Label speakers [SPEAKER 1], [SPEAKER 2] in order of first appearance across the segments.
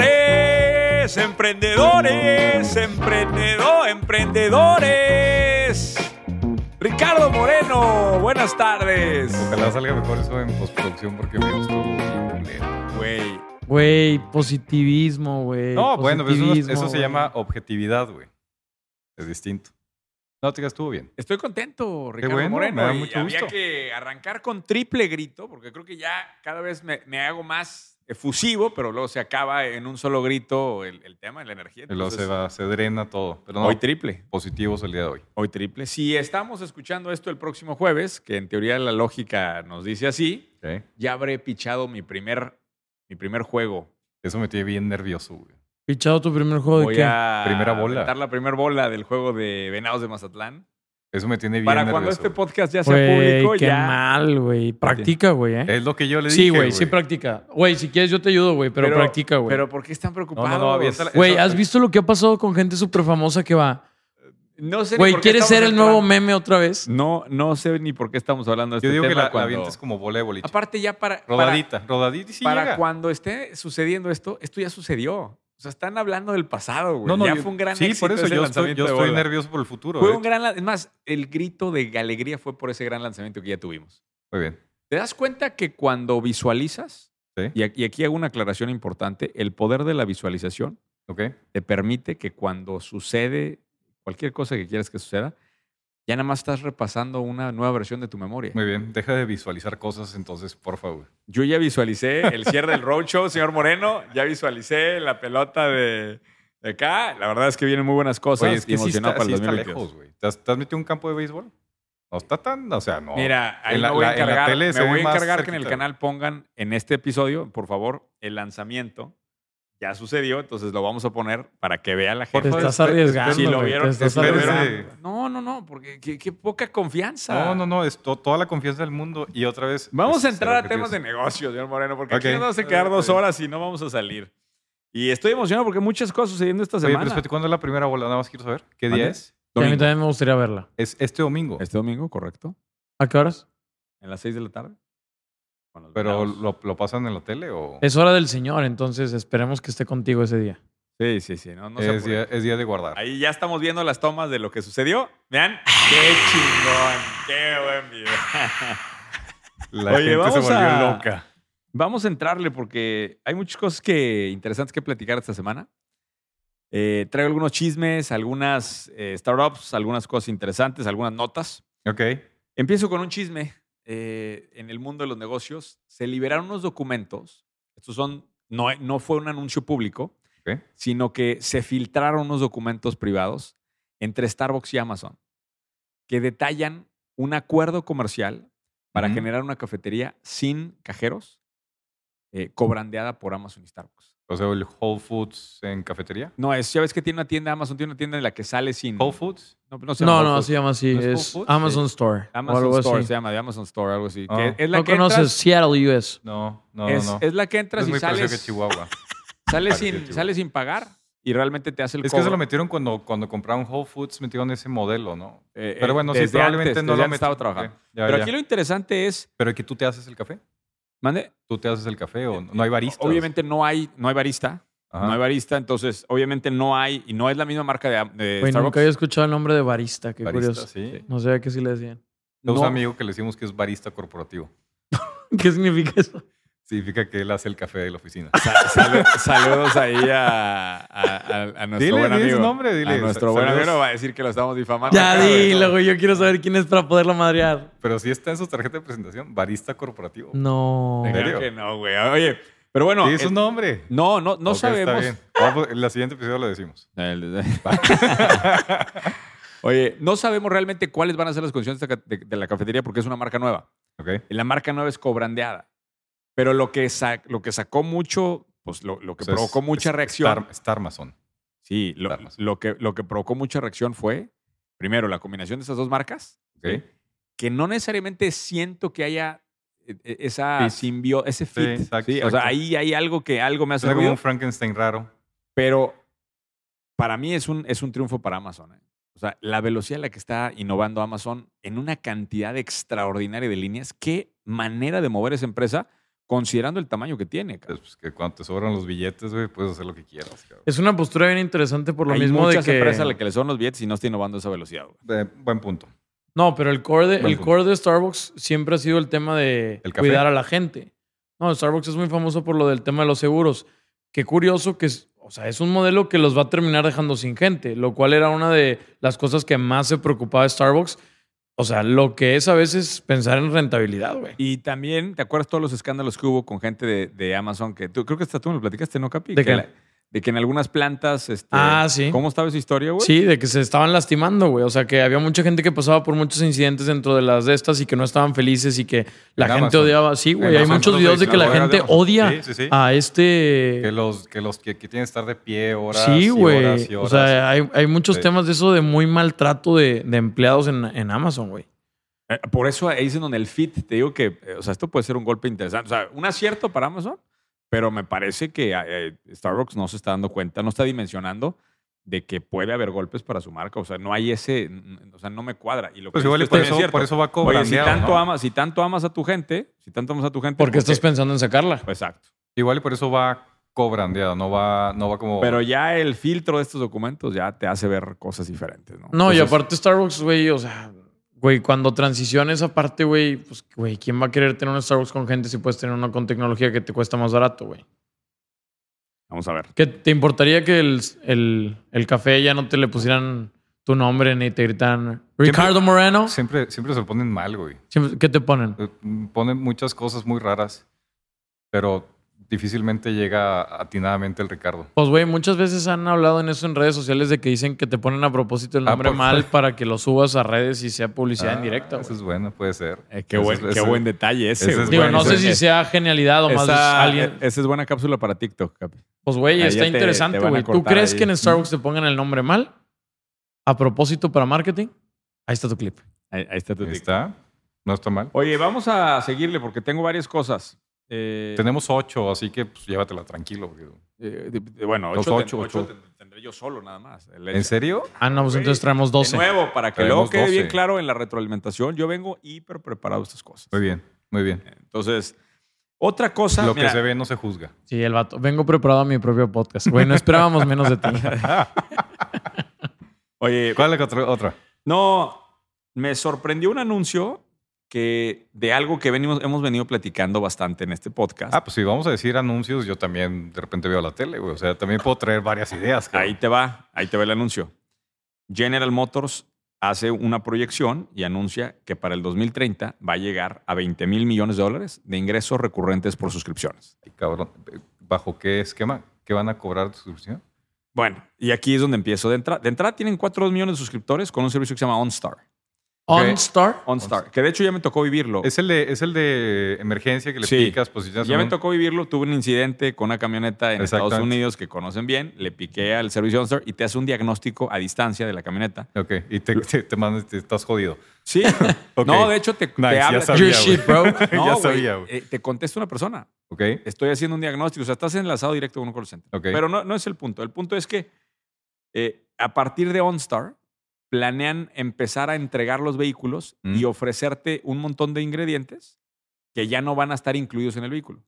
[SPEAKER 1] Emprendedores, emprendedores, emprendedor, emprendedores. Ricardo Moreno, buenas tardes.
[SPEAKER 2] Ojalá salga mejor eso en postproducción porque me gustó. culero.
[SPEAKER 1] Güey,
[SPEAKER 3] Güey, positivismo, güey.
[SPEAKER 2] No, bueno, pues eso,
[SPEAKER 3] positivismo,
[SPEAKER 2] eso se
[SPEAKER 3] güey.
[SPEAKER 2] llama objetividad, güey. Es distinto. No, te digas, estuvo bien.
[SPEAKER 1] estoy contento, Ricardo
[SPEAKER 2] bueno,
[SPEAKER 1] Moreno.
[SPEAKER 2] me da
[SPEAKER 1] y
[SPEAKER 2] mucho
[SPEAKER 1] había
[SPEAKER 2] gusto.
[SPEAKER 1] que arrancar con triple grito, porque creo que ya cada vez me, me hago más efusivo, pero luego se acaba en un solo grito el, el tema de la energía.
[SPEAKER 2] Y luego se,
[SPEAKER 1] Entonces,
[SPEAKER 2] va, se drena todo. Pero no,
[SPEAKER 1] Hoy triple.
[SPEAKER 2] positivos el día de hoy.
[SPEAKER 1] Hoy triple. Si estamos escuchando esto el próximo jueves, que en teoría la lógica nos dice así,
[SPEAKER 2] ¿ok?
[SPEAKER 1] ya habré pichado mi primer, mi primer juego.
[SPEAKER 2] Eso me tiene bien nervioso, güey.
[SPEAKER 3] Pichado tu primer juego de
[SPEAKER 1] Voy
[SPEAKER 3] qué?
[SPEAKER 1] a
[SPEAKER 2] Primera bola.
[SPEAKER 1] aventar la primera bola del juego de Venados de Mazatlán.
[SPEAKER 2] Eso me tiene bien
[SPEAKER 1] Para
[SPEAKER 2] nervioso.
[SPEAKER 1] cuando este
[SPEAKER 2] güey.
[SPEAKER 1] podcast ya sea
[SPEAKER 3] Güey,
[SPEAKER 1] público,
[SPEAKER 3] qué
[SPEAKER 1] ya.
[SPEAKER 3] mal, güey. Practica, güey, ¿eh?
[SPEAKER 2] Es lo que yo le dije.
[SPEAKER 3] Sí, güey, sí practica. Güey, si quieres yo te ayudo, güey, pero, practica, güey.
[SPEAKER 1] Pero ¿por qué están preocupados?
[SPEAKER 2] No, no, no, aviéntala.
[SPEAKER 3] Güey,
[SPEAKER 2] eso-
[SPEAKER 3] ¿has visto lo que ha pasado con gente súper famosa que va?
[SPEAKER 1] No sé ni
[SPEAKER 3] Güey,
[SPEAKER 1] por qué
[SPEAKER 3] ¿quieres
[SPEAKER 1] estamos
[SPEAKER 3] ser el nuevo
[SPEAKER 1] hablando-
[SPEAKER 3] meme otra vez?
[SPEAKER 1] No, no sé ni por qué estamos hablando de este
[SPEAKER 2] Yo digo
[SPEAKER 1] tema.
[SPEAKER 2] que la, la
[SPEAKER 1] cuando-
[SPEAKER 2] avientes como bola de boliche.
[SPEAKER 1] Aparte ya para... para-
[SPEAKER 2] rodadita, rodadita y sí
[SPEAKER 1] para
[SPEAKER 2] llega.
[SPEAKER 1] cuando esté sucediendo esto, esto ya sucedió. O sea, están hablando del pasado, güey.
[SPEAKER 2] No, no,
[SPEAKER 1] ya
[SPEAKER 2] yo-
[SPEAKER 1] fue un gran
[SPEAKER 2] Sí,
[SPEAKER 1] éxito
[SPEAKER 2] por eso
[SPEAKER 1] ese
[SPEAKER 2] yo estoy,
[SPEAKER 1] lanzamiento
[SPEAKER 2] yo
[SPEAKER 1] de
[SPEAKER 2] estoy
[SPEAKER 1] bola.
[SPEAKER 2] nervioso por el futuro. ¿eh?
[SPEAKER 1] Fue
[SPEAKER 2] de
[SPEAKER 1] un
[SPEAKER 2] hecho.
[SPEAKER 1] gran... lan- Es más, el grito de alegría fue por ese gran lanzamiento que ya tuvimos.
[SPEAKER 2] Muy bien.
[SPEAKER 1] ¿Te das cuenta que cuando visualizas,
[SPEAKER 2] Sí.
[SPEAKER 1] y aquí- y aquí hago una aclaración importante, el poder de la visualización
[SPEAKER 2] Ok.
[SPEAKER 1] te permite que cuando sucede cualquier cosa que quieras que suceda, ya nada más estás repasando una nueva versión de tu memoria.
[SPEAKER 2] Muy bien. Deja de visualizar cosas entonces, por favor.
[SPEAKER 1] Yo ya visualicé el cierre del roadshow, señor Moreno, ya visualicé la pelota de, de acá. La verdad es que vienen muy buenas cosas
[SPEAKER 2] Oye, es
[SPEAKER 1] y
[SPEAKER 2] que sí
[SPEAKER 1] emocionado
[SPEAKER 2] está,
[SPEAKER 1] para el
[SPEAKER 2] sí está
[SPEAKER 1] 2022.
[SPEAKER 2] lejos, güey. ¿Te has, te has metido un campo de béisbol? No está tan, o sea, no.
[SPEAKER 1] Mira, ahí
[SPEAKER 2] Oh, En la-
[SPEAKER 1] me voy a
[SPEAKER 2] la- en la
[SPEAKER 1] encargar,
[SPEAKER 2] tele
[SPEAKER 1] me
[SPEAKER 2] se ve
[SPEAKER 1] voy a
[SPEAKER 2] más
[SPEAKER 1] encargar que en el
[SPEAKER 2] cerquita.
[SPEAKER 1] canal pongan en este episodio, por favor, el lanzamiento. Ya sucedió, entonces lo vamos a poner para pues, que vea la gente.
[SPEAKER 3] Te
[SPEAKER 2] favor,
[SPEAKER 3] estás
[SPEAKER 2] espe-
[SPEAKER 3] arriesgando,
[SPEAKER 1] si lo
[SPEAKER 3] güey,
[SPEAKER 1] vieron,
[SPEAKER 3] te estás
[SPEAKER 2] espérese.
[SPEAKER 3] arriesgando.
[SPEAKER 1] No, no, no, porque qué, qué poca confianza.
[SPEAKER 2] No, no, no, es to- toda la confianza del mundo y otra vez.
[SPEAKER 1] Vamos
[SPEAKER 2] es
[SPEAKER 1] a entrar
[SPEAKER 2] ser
[SPEAKER 1] a temas de
[SPEAKER 2] objetivos.
[SPEAKER 1] negocios, señor Moreno, porque
[SPEAKER 2] Ok.
[SPEAKER 1] aquí nos vamos a quedar dos
[SPEAKER 2] Está bien.
[SPEAKER 1] horas y no vamos a salir. Y estoy emocionado porque muchas cosas sucediendo esta
[SPEAKER 2] Oye,
[SPEAKER 1] semana.
[SPEAKER 2] pero espérate, ¿cuándo es la primera bola? Nada más quiero saber. ¿Qué día
[SPEAKER 1] ¿Mande?
[SPEAKER 2] es?
[SPEAKER 3] Y A mí
[SPEAKER 1] Domingo.
[SPEAKER 3] también me gustaría verla.
[SPEAKER 2] Es este domingo.
[SPEAKER 1] Este domingo, correcto.
[SPEAKER 3] ¿A qué horas?
[SPEAKER 1] En las seis de la tarde. Con los
[SPEAKER 2] ¿Pero
[SPEAKER 1] Venados.
[SPEAKER 2] lo, lo pasan en la tele o.?
[SPEAKER 3] Es hora del señor, entonces esperemos que esté contigo ese día.
[SPEAKER 1] Sí, sí, sí. No, no se
[SPEAKER 2] es,
[SPEAKER 1] apure.
[SPEAKER 2] día, es día de guardar.
[SPEAKER 1] Ahí ya estamos viendo las tomas de lo que sucedió. Vean, qué chingón. Qué buen video.
[SPEAKER 2] La
[SPEAKER 1] Oye,
[SPEAKER 2] gente se
[SPEAKER 1] vamos
[SPEAKER 2] volvió
[SPEAKER 1] a-
[SPEAKER 2] loca.
[SPEAKER 1] Vamos a entrarle porque hay muchas cosas que, interesantes que platicar esta semana. Eh, traigo algunos chismes, algunas eh, startups, algunas cosas interesantes, algunas notas.
[SPEAKER 2] Ok.
[SPEAKER 1] Empiezo con un chisme. eh, en el mundo de los negocios se liberaron unos documentos. Estos son, no, eh, no fue un anuncio público,
[SPEAKER 2] Ok.
[SPEAKER 1] sino que se filtraron unos documentos privados entre Starbucks y Amazon que detallan un acuerdo comercial para
[SPEAKER 2] Ujú.
[SPEAKER 1] generar una cafetería sin cajeros, eh, cobrandeada por Amazon y Starbucks.
[SPEAKER 2] O sea, el Whole Foods en cafetería.
[SPEAKER 1] No, es, ya ves que tiene una tienda, Amazon tiene una tienda en la que sale sin...
[SPEAKER 2] Whole Foods.
[SPEAKER 1] No, no, se llama
[SPEAKER 3] No,
[SPEAKER 1] Whole
[SPEAKER 3] no,
[SPEAKER 1] Foods.
[SPEAKER 3] se llama así.
[SPEAKER 2] ¿No es Whole
[SPEAKER 3] Es
[SPEAKER 2] Foods?
[SPEAKER 3] Amazon
[SPEAKER 2] Sí.
[SPEAKER 3] Store. o
[SPEAKER 1] Amazon
[SPEAKER 3] algo
[SPEAKER 1] Store,
[SPEAKER 3] así. Oh.
[SPEAKER 1] se llama de Amazon Store, algo así. que
[SPEAKER 2] Ah.
[SPEAKER 1] es la
[SPEAKER 3] No
[SPEAKER 1] que entras-
[SPEAKER 3] conoces Seattle, US.
[SPEAKER 2] No, no,
[SPEAKER 1] es,
[SPEAKER 2] no.
[SPEAKER 1] es la que entras
[SPEAKER 2] es
[SPEAKER 1] y
[SPEAKER 2] muy parecido que
[SPEAKER 1] sales,
[SPEAKER 2] Chihuahua.
[SPEAKER 1] sales
[SPEAKER 2] Parecido a
[SPEAKER 1] sin,
[SPEAKER 2] Chihuahua.
[SPEAKER 1] sales sin pagar y realmente te hace el
[SPEAKER 2] Es que
[SPEAKER 1] cobro.
[SPEAKER 2] se lo metieron cuando, cuando compraron Whole Foods, metieron ese modelo, ¿no?
[SPEAKER 1] Eh, eh,
[SPEAKER 2] Pero bueno, sí,
[SPEAKER 1] desde
[SPEAKER 2] probablemente
[SPEAKER 1] antes,
[SPEAKER 2] no
[SPEAKER 1] desde
[SPEAKER 2] lo
[SPEAKER 1] antes
[SPEAKER 2] metieron.
[SPEAKER 1] estaba trabajando.
[SPEAKER 2] Ok, ya,
[SPEAKER 1] Pero
[SPEAKER 2] ya.
[SPEAKER 1] aquí lo interesante es,
[SPEAKER 2] Pero aquí tú te haces el café.
[SPEAKER 1] mande,
[SPEAKER 2] ¿Tú te haces el café o no, no hay baristas?
[SPEAKER 1] Eh, obviamente no hay, no hay barista,
[SPEAKER 2] Ajá.
[SPEAKER 1] no hay barista, entonces obviamente no hay, y no es la misma marca de, de
[SPEAKER 3] Güey,
[SPEAKER 1] Starbucks.
[SPEAKER 3] nunca había escuchado el nombre de barista, qué
[SPEAKER 2] Barista,
[SPEAKER 3] curioso.
[SPEAKER 2] sí.
[SPEAKER 3] No sabía qué sí le decían.
[SPEAKER 1] No.
[SPEAKER 2] Tenemos un amigo que le decimos que es barista corporativo.
[SPEAKER 3] ¿Qué significa eso?
[SPEAKER 2] Significa que él hace el café de la oficina.
[SPEAKER 1] Sa- salu- saludos ahí a, a- a- a nuestro
[SPEAKER 2] Dile,
[SPEAKER 1] buen
[SPEAKER 2] dile
[SPEAKER 1] amigo.
[SPEAKER 2] su nombre, dile.
[SPEAKER 1] A nuestro
[SPEAKER 2] Sa-
[SPEAKER 1] buen
[SPEAKER 2] saludos.
[SPEAKER 1] amigo no va a decir que lo estamos difamando.
[SPEAKER 3] Ya
[SPEAKER 1] Claro,
[SPEAKER 3] dilo,
[SPEAKER 1] no.
[SPEAKER 3] güey. Yo quiero saber quién es para poderlo madrear.
[SPEAKER 2] Pero sí está en su tarjeta de presentación, barista corporativo.
[SPEAKER 3] No.
[SPEAKER 2] ¿En
[SPEAKER 1] Claro
[SPEAKER 2] serio?
[SPEAKER 1] que no, güey. Oye, pero bueno.
[SPEAKER 2] Sí, es
[SPEAKER 1] eh,
[SPEAKER 2] su nombre.
[SPEAKER 1] no, no, no
[SPEAKER 2] Ok, está
[SPEAKER 1] sabemos.
[SPEAKER 2] bien. Vamos, pues, en la siguiente episodio lo decimos.
[SPEAKER 1] El- Oye, no sabemos realmente cuáles van a ser las condiciones de ca- de, de la cafetería porque es una marca nueva.
[SPEAKER 2] ¿Ok?
[SPEAKER 1] La marca nueva es cobrandeada. Pero lo que, sa- lo que sacó mucho, pues lo, lo que
[SPEAKER 2] O sea, es-
[SPEAKER 1] provocó mucha
[SPEAKER 2] es
[SPEAKER 1] reacción.
[SPEAKER 2] Star, Starmason.
[SPEAKER 1] sí, lo,
[SPEAKER 2] Star Amazon.
[SPEAKER 1] lo que, lo que provocó mucha reacción fue, primero, la combinación de esas dos marcas,
[SPEAKER 2] ¿Ok?
[SPEAKER 1] Sí. que no necesariamente siento que haya eh, eh, esa
[SPEAKER 2] Fit.
[SPEAKER 1] simbio, ese fit. Sí,
[SPEAKER 2] exacto,
[SPEAKER 1] O sea,
[SPEAKER 2] exacto.
[SPEAKER 1] ahí hay algo que algo me
[SPEAKER 2] Es
[SPEAKER 1] hace
[SPEAKER 2] como
[SPEAKER 1] ruido.
[SPEAKER 2] un Frankenstein raro.
[SPEAKER 1] Pero para mí es un, es un triunfo para Amazon. ¿eh? O sea, la velocidad a la que está innovando Amazon en una cantidad extraordinaria de líneas. Qué manera de mover esa empresa considerando el tamaño que tiene. cabrón.
[SPEAKER 2] Pues, pues, que cuando te sobran los billetes, güey, puedes hacer lo que quieras, cabrón.
[SPEAKER 3] Es una postura bien interesante por lo
[SPEAKER 1] Hay
[SPEAKER 3] mismo de
[SPEAKER 1] muchas
[SPEAKER 3] que...
[SPEAKER 1] empresas a las que le son los billetes y no está innovando a esa velocidad. güey.
[SPEAKER 2] Eh, buen punto.
[SPEAKER 3] No, pero el core, de,
[SPEAKER 2] Buen
[SPEAKER 3] el
[SPEAKER 2] punto.
[SPEAKER 3] core de Starbucks siempre ha sido el tema de
[SPEAKER 2] ¿El café?
[SPEAKER 3] cuidar a la gente. No, Starbucks es muy famoso por lo del tema de los seguros. Qué curioso que es, o sea, es un modelo que los va a terminar dejando sin gente, lo cual era una de las cosas que más se preocupaba de Starbucks. O sea, lo que es a veces pensar en rentabilidad, güey.
[SPEAKER 1] Y también, ¿te acuerdas todos los escándalos que hubo con gente de, de Amazon? Que tú, creo que hasta tú me lo platicaste, ¿no, Capi?
[SPEAKER 3] ¿De
[SPEAKER 1] que
[SPEAKER 3] qué?
[SPEAKER 1] la- de que en algunas plantas... Este,
[SPEAKER 3] Ah, sí.
[SPEAKER 1] ¿Cómo estaba esa historia, güey?
[SPEAKER 3] Sí, de que se estaban lastimando, güey. O sea, que había mucha gente que pasaba por muchos incidentes dentro de las de estas y que no estaban felices y que la
[SPEAKER 2] En
[SPEAKER 3] gente
[SPEAKER 2] Amazon.
[SPEAKER 3] odiaba. Sí,
[SPEAKER 2] En
[SPEAKER 3] güey. Hay
[SPEAKER 2] Amazon,
[SPEAKER 3] muchos
[SPEAKER 2] los
[SPEAKER 3] videos de que la
[SPEAKER 2] diseñadores de
[SPEAKER 3] gente
[SPEAKER 2] Amazon.
[SPEAKER 3] odia
[SPEAKER 2] Sí, sí, sí.
[SPEAKER 3] a este.
[SPEAKER 2] Que los que, los que, que tienen que estar de pie horas
[SPEAKER 3] Sí,
[SPEAKER 2] y horas
[SPEAKER 3] güey.
[SPEAKER 2] y
[SPEAKER 3] O
[SPEAKER 2] horas.
[SPEAKER 3] sea, hay, hay muchos
[SPEAKER 2] Sí.
[SPEAKER 3] temas de eso de muy maltrato de, de empleados en, en Amazon, güey.
[SPEAKER 1] Eh, Por eso ahí es en donde el fit, te digo que, eh, o sea, esto puede ser un golpe interesante. O sea, un acierto para Amazon, pero me parece que eh, eh, Starbucks no se está dando cuenta, no está dimensionando de que puede haber golpes para su marca. O sea, no hay ese, n- o sea, no me cuadra. Y lo
[SPEAKER 2] pues
[SPEAKER 1] que
[SPEAKER 2] igual y
[SPEAKER 1] dices
[SPEAKER 2] por
[SPEAKER 1] también es
[SPEAKER 2] eso,
[SPEAKER 1] cierto.
[SPEAKER 2] por eso va
[SPEAKER 1] Oye, si
[SPEAKER 2] cobrandeado,
[SPEAKER 1] tanto,
[SPEAKER 2] ¿no?
[SPEAKER 1] amas, si tanto amas a tu gente, si tanto amas a tu gente...
[SPEAKER 3] Porque
[SPEAKER 1] ¿por qué?
[SPEAKER 3] estás pensando en sacarla.
[SPEAKER 1] Pues, Exacto.
[SPEAKER 2] Igual y por eso va cobrandeado, no va, no va como...
[SPEAKER 1] Pero ya el filtro de estos documentos ya te hace ver cosas diferentes, ¿no?
[SPEAKER 2] Pues
[SPEAKER 3] No, y
[SPEAKER 1] Entonces,
[SPEAKER 3] aparte Starbucks, güey, o sea, güey, cuando transiciona esa parte, güey, pues, güey, ¿quién va a querer tener un Starbucks con gente si puedes tener uno con tecnología que te cuesta más barato, güey?
[SPEAKER 1] Vamos a ver.
[SPEAKER 3] ¿Qué te importaría que el, el- el café ya no te le pusieran tu nombre ni te gritan Ricardo Moreno?
[SPEAKER 2] Siempre, siempre se lo ponen mal, güey.
[SPEAKER 3] Siempre- ¿Qué te ponen?
[SPEAKER 2] Eh, Ponen muchas cosas muy raras, pero difícilmente llega atinadamente el Ricardo.
[SPEAKER 3] Pues, güey, muchas veces han hablado en eso en redes sociales de que dicen que te ponen a propósito el
[SPEAKER 2] Ah,
[SPEAKER 3] nombre
[SPEAKER 2] por
[SPEAKER 3] mal
[SPEAKER 2] favor.
[SPEAKER 3] para que lo subas a redes y sea publicidad
[SPEAKER 2] Ah,
[SPEAKER 3] en directo.
[SPEAKER 2] Eso es bueno, puede ser.
[SPEAKER 1] Eh, qué
[SPEAKER 2] Ese
[SPEAKER 1] buen,
[SPEAKER 2] es-
[SPEAKER 1] qué
[SPEAKER 2] ese-
[SPEAKER 1] buen detalle ese.
[SPEAKER 2] ese es
[SPEAKER 1] güey.
[SPEAKER 3] Digo,
[SPEAKER 2] bueno,
[SPEAKER 3] no sé
[SPEAKER 2] ese-
[SPEAKER 3] si sea genialidad o más
[SPEAKER 1] Esa,
[SPEAKER 3] alguien.
[SPEAKER 1] eh, esa es buena cápsula para TikTok, Capi.
[SPEAKER 3] pues, güey,
[SPEAKER 1] ahí ya
[SPEAKER 3] está
[SPEAKER 1] te-
[SPEAKER 3] interesante,
[SPEAKER 1] te van a
[SPEAKER 3] güey. ¿Tú
[SPEAKER 1] cortar
[SPEAKER 3] crees
[SPEAKER 1] ahí.
[SPEAKER 3] que en Starbucks te pongan el nombre mal? A propósito para marketing. Ahí está tu clip.
[SPEAKER 1] Ahí, ahí está tu
[SPEAKER 2] Ahí
[SPEAKER 1] TikTok.
[SPEAKER 2] está. No está mal.
[SPEAKER 1] Este. Oye, vamos a seguirle porque tengo varias cosas. Eh,
[SPEAKER 2] Tenemos ocho, así que pues, llévatela tranquilo. güey.
[SPEAKER 1] eh, de- de- bueno,
[SPEAKER 2] Los
[SPEAKER 1] ocho, ten-
[SPEAKER 2] ocho,
[SPEAKER 1] ocho
[SPEAKER 2] ocho.
[SPEAKER 1] ten- tendré yo solo nada más. El
[SPEAKER 2] ¿En
[SPEAKER 1] hecho.
[SPEAKER 2] serio?
[SPEAKER 3] Ah, no, pues
[SPEAKER 1] Güey,
[SPEAKER 3] entonces traemos 12.
[SPEAKER 1] De nuevo, para que
[SPEAKER 2] Traemos
[SPEAKER 1] luego quede bien
[SPEAKER 2] 12.
[SPEAKER 1] claro en la retroalimentación, yo vengo hiper preparado a estas cosas.
[SPEAKER 2] Muy bien, muy bien.
[SPEAKER 1] Entonces, otra cosa.
[SPEAKER 2] Lo
[SPEAKER 1] mira,
[SPEAKER 2] que se ve no se juzga.
[SPEAKER 3] Sí, el vato. Vengo preparado a mi propio podcast. Güey, no esperábamos menos de ti.
[SPEAKER 1] Oye,
[SPEAKER 2] ¿Cuál es la otra? otra?
[SPEAKER 1] no, me sorprendió un anuncio que de algo que venimos, hemos venido platicando bastante en este podcast.
[SPEAKER 2] Ah, pues si vamos a decir anuncios, yo también de repente veo la tele, güey. O sea, también puedo traer varias ideas. cabrón.
[SPEAKER 1] Ahí te va, ahí te va el anuncio. General Motors hace una proyección y anuncia que para el 2030 va a llegar a 20 mil millones de dólares de ingresos recurrentes por suscripciones.
[SPEAKER 2] Ay, Cabrón, ¿bajo qué esquema? ¿Qué van a cobrar de suscripción?
[SPEAKER 1] Bueno, y aquí es donde empiezo de entrada. De entrada tienen 4 millones de suscriptores con un servicio que se llama OnStar.
[SPEAKER 3] OnStar.
[SPEAKER 1] OnStar, que de hecho ya me tocó vivirlo.
[SPEAKER 2] Es el de, es el de emergencia que le
[SPEAKER 1] Sí.
[SPEAKER 2] picas, pues, posiciones.
[SPEAKER 1] Ya me tocó vivirlo. Tuve un incidente con una camioneta en Estados
[SPEAKER 2] Exactamente.
[SPEAKER 1] Unidos que conocen bien. Le piqué al servicio OnStar y te hace un diagnóstico a distancia de la camioneta.
[SPEAKER 2] Ok, y te, te, te mandas- te estás jodido.
[SPEAKER 1] Sí.
[SPEAKER 2] Ok.
[SPEAKER 1] No, de hecho te, te
[SPEAKER 2] Nice, ya
[SPEAKER 1] habla-
[SPEAKER 2] sabía,
[SPEAKER 3] Your
[SPEAKER 2] güey.
[SPEAKER 3] shit, bro.
[SPEAKER 1] No,
[SPEAKER 2] ya
[SPEAKER 1] güey,
[SPEAKER 2] sabía, güey.
[SPEAKER 1] eh, te contesta una persona.
[SPEAKER 2] Ok,
[SPEAKER 1] Estoy haciendo un diagnóstico. O sea, estás enlazado directo con un call center.
[SPEAKER 2] Ok.
[SPEAKER 1] Pero no, no es el punto. El punto es que eh, a partir de OnStar planean empezar a entregar los vehículos
[SPEAKER 2] Mm.
[SPEAKER 1] y ofrecerte un montón de ingredientes que ya no van a estar incluidos en el vehículo,